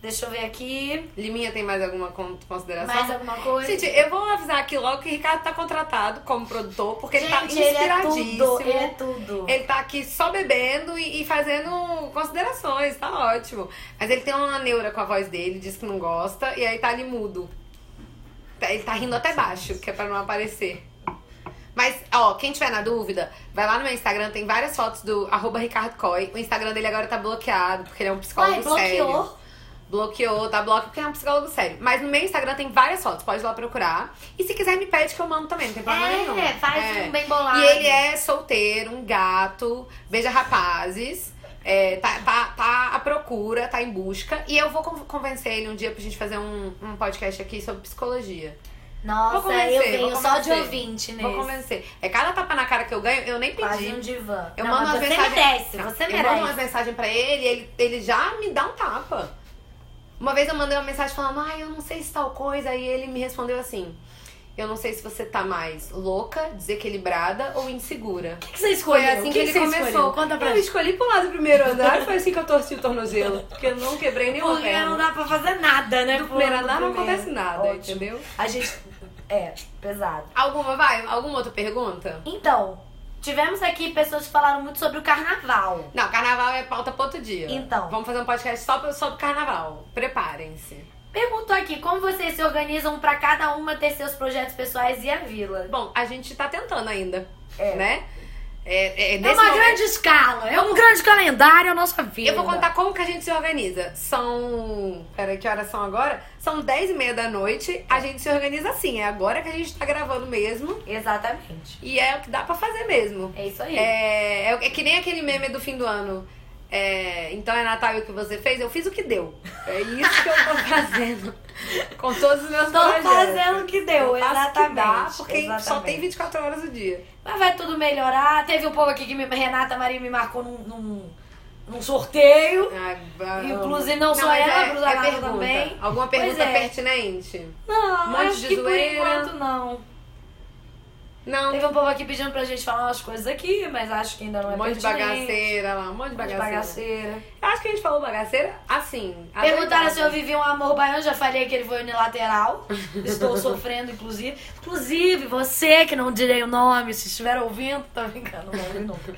Speaker 2: Deixa eu ver aqui.
Speaker 1: Liminha tem mais alguma con- consideração?
Speaker 2: Mais alguma coisa?
Speaker 1: Gente, é eu vou avisar aqui logo que o Ricardo tá contratado como produtor, porque ele tá
Speaker 2: Gente, ele é
Speaker 1: inspiradíssimo.
Speaker 2: tudo. Ele é tudo.
Speaker 1: Ele tá aqui só bebendo e, e fazendo considerações, tá ótimo. Mas ele tem uma neura com a voz dele, diz que não gosta, e aí tá ali mudo. Tá- Ele tá rindo até baixo, que é pra não aparecer. Mas, ó, quem tiver na dúvida, vai lá no meu Instagram, tem várias fotos do arroba Ricardo Coy. O Instagram dele agora tá bloqueado, porque ele é um psicólogo
Speaker 2: Ué, bloqueou?
Speaker 1: sério. Bloqueou, tá bloqueado porque é um psicólogo sério. Mas no meu Instagram tem várias fotos, pode ir lá procurar. E se quiser, me pede que eu mando também, não tem problema nenhum.
Speaker 2: É, faz
Speaker 1: É.
Speaker 2: um bem bolado.
Speaker 1: E ele é solteiro, um gato, beija rapazes, é, tá, tá, tá à procura, tá em busca. E eu vou con- convencer ele um dia pra gente fazer um, um podcast aqui sobre psicologia. Vou
Speaker 2: Nossa,
Speaker 1: convencer,
Speaker 2: eu
Speaker 1: vou
Speaker 2: venho só de
Speaker 1: convencer.
Speaker 2: ouvinte
Speaker 1: Vou
Speaker 2: nesse.
Speaker 1: convencer. É cada tapa na cara que eu ganho, eu nem
Speaker 2: Quase um
Speaker 1: pedi.
Speaker 2: divã.
Speaker 1: Eu
Speaker 2: Não,
Speaker 1: mando
Speaker 2: mas
Speaker 1: umas
Speaker 2: você
Speaker 1: mensagens.
Speaker 2: merece,
Speaker 1: Não,
Speaker 2: você
Speaker 1: eu
Speaker 2: merece.
Speaker 1: mando umas mensagens pra ele, ele, ele já me dá um tapa. Uma vez eu mandei uma mensagem falando, ah, eu não sei se tal coisa, e ele me respondeu assim. Eu não sei se você tá mais louca, desequilibrada ou insegura.
Speaker 2: O que, que você
Speaker 1: Foi
Speaker 2: escolheu?
Speaker 1: assim que,
Speaker 2: O
Speaker 1: ele
Speaker 2: você
Speaker 1: começou.
Speaker 2: escolheu? Conta pra
Speaker 1: eu
Speaker 2: gente.
Speaker 1: escolhi pular do primeiro andar e foi assim que eu torci o tornozelo. Porque eu não quebrei nenhuma
Speaker 2: Porque não
Speaker 1: perna.
Speaker 2: dá pra fazer nada, né?
Speaker 1: Do
Speaker 2: pulando
Speaker 1: primeiro andar não
Speaker 2: primeiro.
Speaker 1: acontece nada,
Speaker 2: Ótimo.
Speaker 1: entendeu?
Speaker 2: A gente. É, pesado.
Speaker 1: Alguma, vai? Alguma outra pergunta?
Speaker 2: Então, tivemos aqui pessoas que falaram muito sobre o carnaval.
Speaker 1: Não, carnaval é pauta pra outro dia.
Speaker 2: Então.
Speaker 1: Vamos fazer um podcast só pro- sobre carnaval. Preparem-se.
Speaker 2: Perguntou aqui como vocês se organizam pra cada uma ter seus projetos pessoais e a vila.
Speaker 1: Bom, a gente tá tentando ainda,
Speaker 2: É.
Speaker 1: né? É, é,
Speaker 2: É
Speaker 1: nesse
Speaker 2: uma
Speaker 1: momento-
Speaker 2: grande escala, é um grande calendário a nossa vida.
Speaker 1: Eu vou contar como que a gente se organiza. São. Peraí, que horas são agora? São 10 e meia da noite. A gente se organiza assim. É agora que a gente tá gravando mesmo.
Speaker 2: Exatamente.
Speaker 1: E é o que dá pra fazer mesmo.
Speaker 2: É isso aí.
Speaker 1: É, é, é que nem aquele meme do fim do ano. É, então é Natal e o que você fez? Eu fiz o que deu. É isso que eu tô fazendo. Com todos os meus
Speaker 2: Tô
Speaker 1: projetos.
Speaker 2: fazendo o que deu,
Speaker 1: Eu faço o que dá,
Speaker 2: exatamente,
Speaker 1: porque só
Speaker 2: exatamente.
Speaker 1: tem 24 horas o dia.
Speaker 2: Mas vai tudo melhorar. Teve um povo aqui que me, Renata Maria me marcou num, num, num sorteio.
Speaker 1: Ai, ba-
Speaker 2: Inclusive, não só
Speaker 1: mas
Speaker 2: ela,
Speaker 1: é-
Speaker 2: Brusa
Speaker 1: é
Speaker 2: Mars
Speaker 1: pergunta.
Speaker 2: também.
Speaker 1: Alguma
Speaker 2: Pois
Speaker 1: pergunta
Speaker 2: é.
Speaker 1: pertinente?
Speaker 2: Não,
Speaker 1: Um monte
Speaker 2: acho
Speaker 1: de
Speaker 2: que
Speaker 1: zoeira.
Speaker 2: por enquanto não.
Speaker 1: Não.
Speaker 2: Teve um povo aqui pedindo pra gente falar umas coisas aqui, mas acho que ainda não é
Speaker 1: Um monte de
Speaker 2: pertinente.
Speaker 1: bagaceira lá, um monte de
Speaker 2: Um monte de
Speaker 1: bagaceira.
Speaker 2: bagaceira.
Speaker 1: Eu acho que a gente falou bagaceira assim.
Speaker 2: Perguntaram
Speaker 1: adoidado.
Speaker 2: se eu vivi um amor baiano, já falei que ele foi unilateral. Estou sofrendo, inclusive. Inclusive, você que não direi o nome, se estiver ouvindo, tá brincando, não ouvi nunca.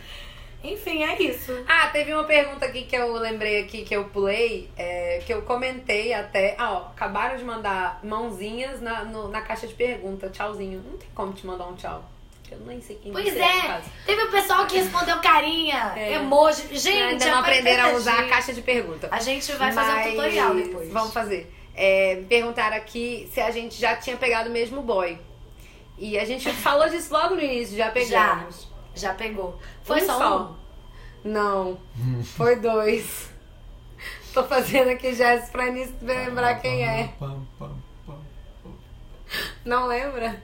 Speaker 2: Enfim, é isso.
Speaker 1: Ah, teve uma pergunta aqui que eu lembrei aqui, que eu pulei, é, que eu comentei até. Ah, ó, acabaram de mandar mãozinhas na, no- na caixa de pergunta. Tchauzinho. Não tem como te mandar um tchau. Eu nem sei quem
Speaker 2: Pois
Speaker 1: você no
Speaker 2: é,
Speaker 1: caso.
Speaker 2: teve o pessoal que respondeu carinha,
Speaker 1: É.
Speaker 2: emoji. Gente,
Speaker 1: Ainda
Speaker 2: é
Speaker 1: não
Speaker 2: pra
Speaker 1: aprenderam a
Speaker 2: interagir.
Speaker 1: usar a caixa de pergunta.
Speaker 2: A gente vai fazer um
Speaker 1: Mas
Speaker 2: tutorial depois.
Speaker 1: Vamos fazer. É, me perguntaram aqui se a gente já tinha pegado o mesmo boy. E a gente falou disso logo no início, já pegamos.
Speaker 2: Já pegou. Foi
Speaker 1: Um
Speaker 2: só, um?
Speaker 1: Não, foi dois. Tô fazendo aqui gestos pra Nisso lembrar quem é.
Speaker 3: Pam, pam, pam, pam.
Speaker 1: Não lembra?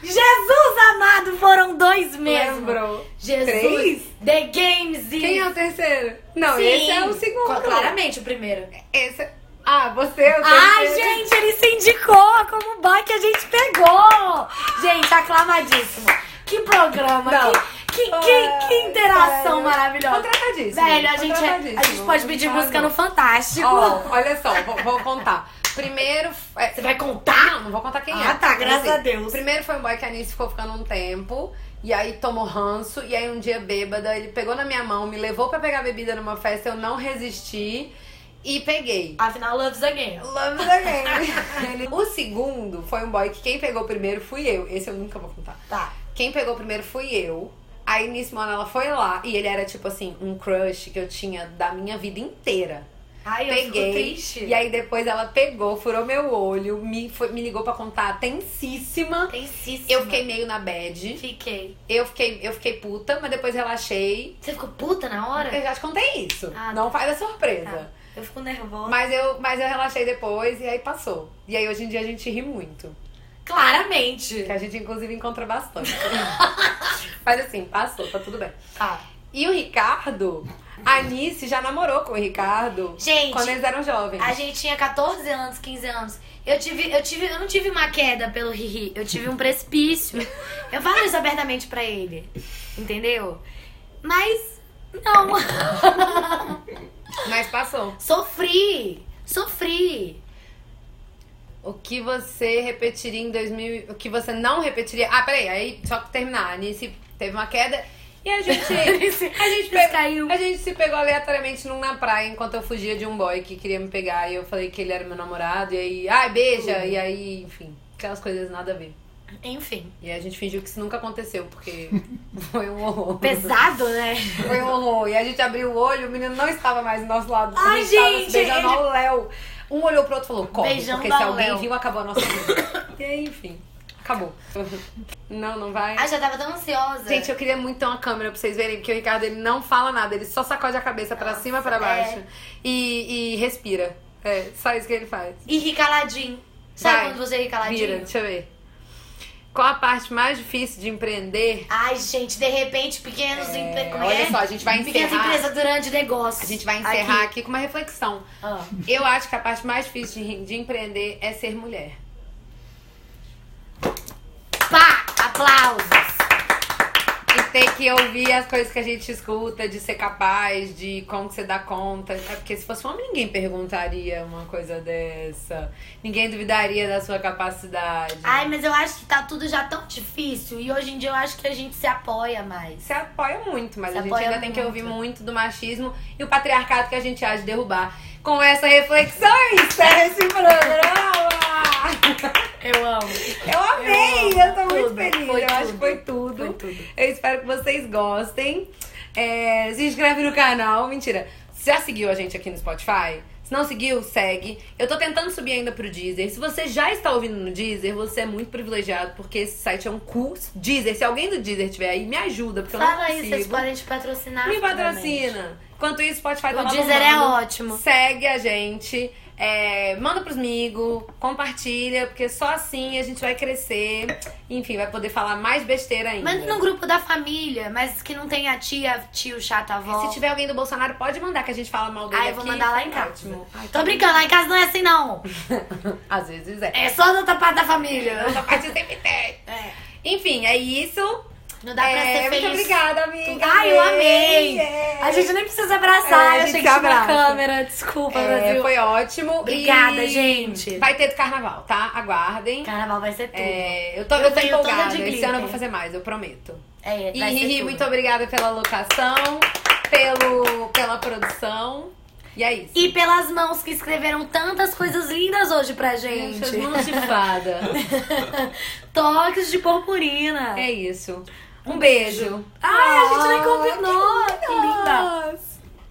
Speaker 2: Jesus amado, foram dois mesmo.
Speaker 1: Lembrou.
Speaker 2: Jesus.
Speaker 1: Três?
Speaker 2: The Games in-
Speaker 1: Quem é o terceiro? Não,
Speaker 2: Sim.
Speaker 1: esse é o segundo.
Speaker 2: Co- Claramente o primeiro.
Speaker 1: Esse é- Ah, você é o
Speaker 2: Ai,
Speaker 1: terceiro.
Speaker 2: gente, ele se indicou como boy que a gente pegou. Gente, aclamadíssimo. Que programa,
Speaker 1: Não.
Speaker 2: que, que, que, que
Speaker 1: Ai, sério.
Speaker 2: interação maravilhosa.
Speaker 1: Contratadíssimo.
Speaker 2: Velho, a gente, é- a gente
Speaker 1: Contratadíssimo.
Speaker 2: pode pedir música no Fantástico.
Speaker 1: Ó, olha só, vou, vou contar. Primeiro. é,
Speaker 2: Você vai contar?
Speaker 1: Não, não vou contar quem é.
Speaker 2: Tá. Ah, tá,
Speaker 1: Mas,
Speaker 2: graças a Deus.
Speaker 1: Primeiro foi um boy que a Anice ficou ficando um tempo. E aí tomou ranço. E aí um dia bêbada, ele pegou na minha mão, me levou pra pegar bebida numa festa. Eu não resisti e peguei.
Speaker 2: Afinal, Love's a Game.
Speaker 1: Love the game. Ele- o segundo foi um boy que quem pegou primeiro fui eu. Esse eu nunca vou contar.
Speaker 2: Tá.
Speaker 1: Quem pegou primeiro fui eu. Aí nisso, mano, ela foi lá. E ele era tipo assim, um crush que eu tinha da minha vida inteira.
Speaker 2: Ai, eu fico
Speaker 1: Peguei.
Speaker 2: triste.
Speaker 1: E aí depois ela pegou, furou meu olho, me, foi- me ligou pra contar tensíssima.
Speaker 2: Tensíssima.
Speaker 1: Eu fiquei meio na bad.
Speaker 2: Fiquei.
Speaker 1: Eu fiquei, eu fiquei puta, mas depois relaxei.
Speaker 2: Você ficou puta na hora?
Speaker 1: Eu já te contei isso.
Speaker 2: Ah, tá.
Speaker 1: Não faz a surpresa.
Speaker 2: Tá. Eu fico nervosa.
Speaker 1: Mas eu, mas eu relaxei depois e aí passou. E aí hoje em dia a gente ri muito.
Speaker 2: Claramente.
Speaker 1: Que a gente inclusive encontra bastante. mas assim, passou, tá tudo bem.
Speaker 2: Tá.
Speaker 1: E o Ricardo, a Anice já namorou com o Ricardo
Speaker 2: Gente,
Speaker 1: quando eles eram jovens.
Speaker 2: a gente tinha 14 anos, 15 anos. Eu tive, eu tive, eu não tive uma queda pelo Riri, eu tive um precipício. Eu falo isso abertamente pra ele. Entendeu? Mas não.
Speaker 1: Mas passou.
Speaker 2: Sofri. Sofri.
Speaker 1: O que você repetiria em 2000? O que você não repetiria? Ah, peraí, aí só pra terminar. A Nice teve uma queda e a gente. a, gente pe-
Speaker 2: caiu.
Speaker 1: a gente se pegou aleatoriamente num na praia enquanto eu fugia de um boy que queria me pegar e eu falei que ele era meu namorado. E aí, ai, beija! E aí, enfim, aquelas coisas nada a ver.
Speaker 2: Enfim.
Speaker 1: E aí a gente fingiu que isso nunca aconteceu, porque foi um horror.
Speaker 2: Pesado, né?
Speaker 1: Foi um horror. E a gente abriu o olho, o menino não estava mais do nosso lado.
Speaker 2: Ai,
Speaker 1: ele estava se
Speaker 2: gente,
Speaker 1: beijando
Speaker 2: ele-
Speaker 1: ao Léo. Um olhou pro outro e falou, corre,
Speaker 2: Beijando
Speaker 1: porque se
Speaker 2: ao
Speaker 1: alguém
Speaker 2: Léo.
Speaker 1: viu, acabou a nossa vida. e aí, enfim, acabou. Não, não vai.
Speaker 2: Ai, já tava tão ansiosa.
Speaker 1: Gente, eu queria muito ter uma câmera pra vocês verem, porque o Ricardo ele não fala nada, ele só sacode a cabeça pra cima e pra
Speaker 2: é.
Speaker 1: baixo. E, e respira. É, só isso que ele faz.
Speaker 2: E ri caladinho. Sabe
Speaker 1: Vai,
Speaker 2: quando você ri caladinho?
Speaker 1: Vira, deixa eu ver. Qual a parte mais difícil de empreender?
Speaker 2: Ai, gente, de repente, pequenos empre... Como é que
Speaker 1: Olha
Speaker 2: é?
Speaker 1: só, a gente vai
Speaker 2: Pequenas
Speaker 1: encerrar.
Speaker 2: empresas durante negócio.
Speaker 1: A gente vai encerrar aqui com uma reflexão.
Speaker 2: Ah.
Speaker 1: Eu acho que a parte mais difícil de, de empreender é ser mulher.
Speaker 2: Pá! Aplausos!
Speaker 1: E ter que ouvir as coisas que a gente escuta, de ser capaz, de como que você dá conta. É porque se fosse homem, ninguém perguntaria uma coisa dessa. Ninguém duvidaria da sua capacidade.
Speaker 2: Ai, mas eu acho que tá tudo já tão difícil. E hoje em dia eu acho que a gente se apoia mais.
Speaker 1: Você apoia muito, mas
Speaker 2: Se
Speaker 1: a gente
Speaker 2: apoia
Speaker 1: ainda tem que
Speaker 2: muito.
Speaker 1: ouvir muito do machismo e o patriarcado que a gente há de derrubar. Com essa reflexão, eu encerro esse programa!
Speaker 2: Eu amo.
Speaker 1: Eu amei! Eu, tô muito
Speaker 2: Tudo,
Speaker 1: feliz.
Speaker 2: foi
Speaker 1: eu acho que
Speaker 2: tudo.
Speaker 1: foi tudo.
Speaker 2: Foi tudo.
Speaker 1: Eu espero que vocês gostem. É, se inscreve no canal. Mentira. Você Já seguiu a gente aqui no Spotify? Se não seguiu, segue. Eu tô tentando subir ainda pro Deezer. Se você já está ouvindo no Deezer, você é muito privilegiado, porque esse site é um curso. Deezer, se alguém do Deezer tiver aí, me ajuda, porque eu não
Speaker 2: Fala
Speaker 1: Então consigo.
Speaker 2: isso, vocês podem te patrocinar.
Speaker 1: Me
Speaker 2: futuramente.
Speaker 1: patrocina. Enquanto isso, Spotify tá
Speaker 2: O
Speaker 1: lá
Speaker 2: Deezer é
Speaker 1: bombando.
Speaker 2: ótimo.
Speaker 1: Segue a gente, é, manda pros amigos, compartilha, porque só assim a gente vai crescer. Enfim, vai poder falar mais besteira ainda.
Speaker 2: Manda no grupo da família, mas que não tenha tia, tio, chata, avó.
Speaker 1: É, Se tiver alguém do Bolsonaro, pode mandar que a gente fala mal dele
Speaker 2: Ai, Ah, eu vou
Speaker 1: tipo aqui. é Tá
Speaker 2: mandar lá em casa.
Speaker 1: Ótimo. Ai,
Speaker 2: Tô brincando, lá em casa não é assim não.
Speaker 1: Às vezes é.
Speaker 2: É só da outra parte da família.
Speaker 1: Essa parte sempre tem.
Speaker 2: É.
Speaker 1: Enfim, é isso.
Speaker 2: Não dá pra
Speaker 1: É,
Speaker 2: ser
Speaker 1: muito
Speaker 2: feliz.
Speaker 1: obrigada, amiga.
Speaker 2: Ai, eu amei.
Speaker 1: É.
Speaker 2: A gente nem precisa abraçar,
Speaker 1: É, a gente
Speaker 2: eu achei que
Speaker 1: se
Speaker 2: tinha uma
Speaker 1: abraça.
Speaker 2: câmera. Desculpa,
Speaker 1: É,
Speaker 2: Brasil.
Speaker 1: foi ótimo.
Speaker 2: Obrigada,
Speaker 1: E
Speaker 2: gente.
Speaker 1: Vai ter do carnaval, tá? Aguardem.
Speaker 2: Carnaval vai ser tudo. É,
Speaker 1: É, eu tô, eu
Speaker 2: Eu
Speaker 1: tô
Speaker 2: venho toda de
Speaker 1: empolgada. Esse
Speaker 2: glitter.
Speaker 1: ano eu vou fazer mais, eu prometo.
Speaker 2: é
Speaker 1: E
Speaker 2: vai ser
Speaker 1: Riri,
Speaker 2: tudo.
Speaker 1: muito obrigada pela locação, pelo, pela produção. E é isso.
Speaker 2: E pelas mãos que escreveram tantas coisas lindas hoje pra gente.
Speaker 1: Gente, mãos de fada.
Speaker 2: Toques de purpurina.
Speaker 1: É isso. Um beijo. Ah,
Speaker 2: Ai, a gente nem combinou. Que linda.
Speaker 1: Nossa.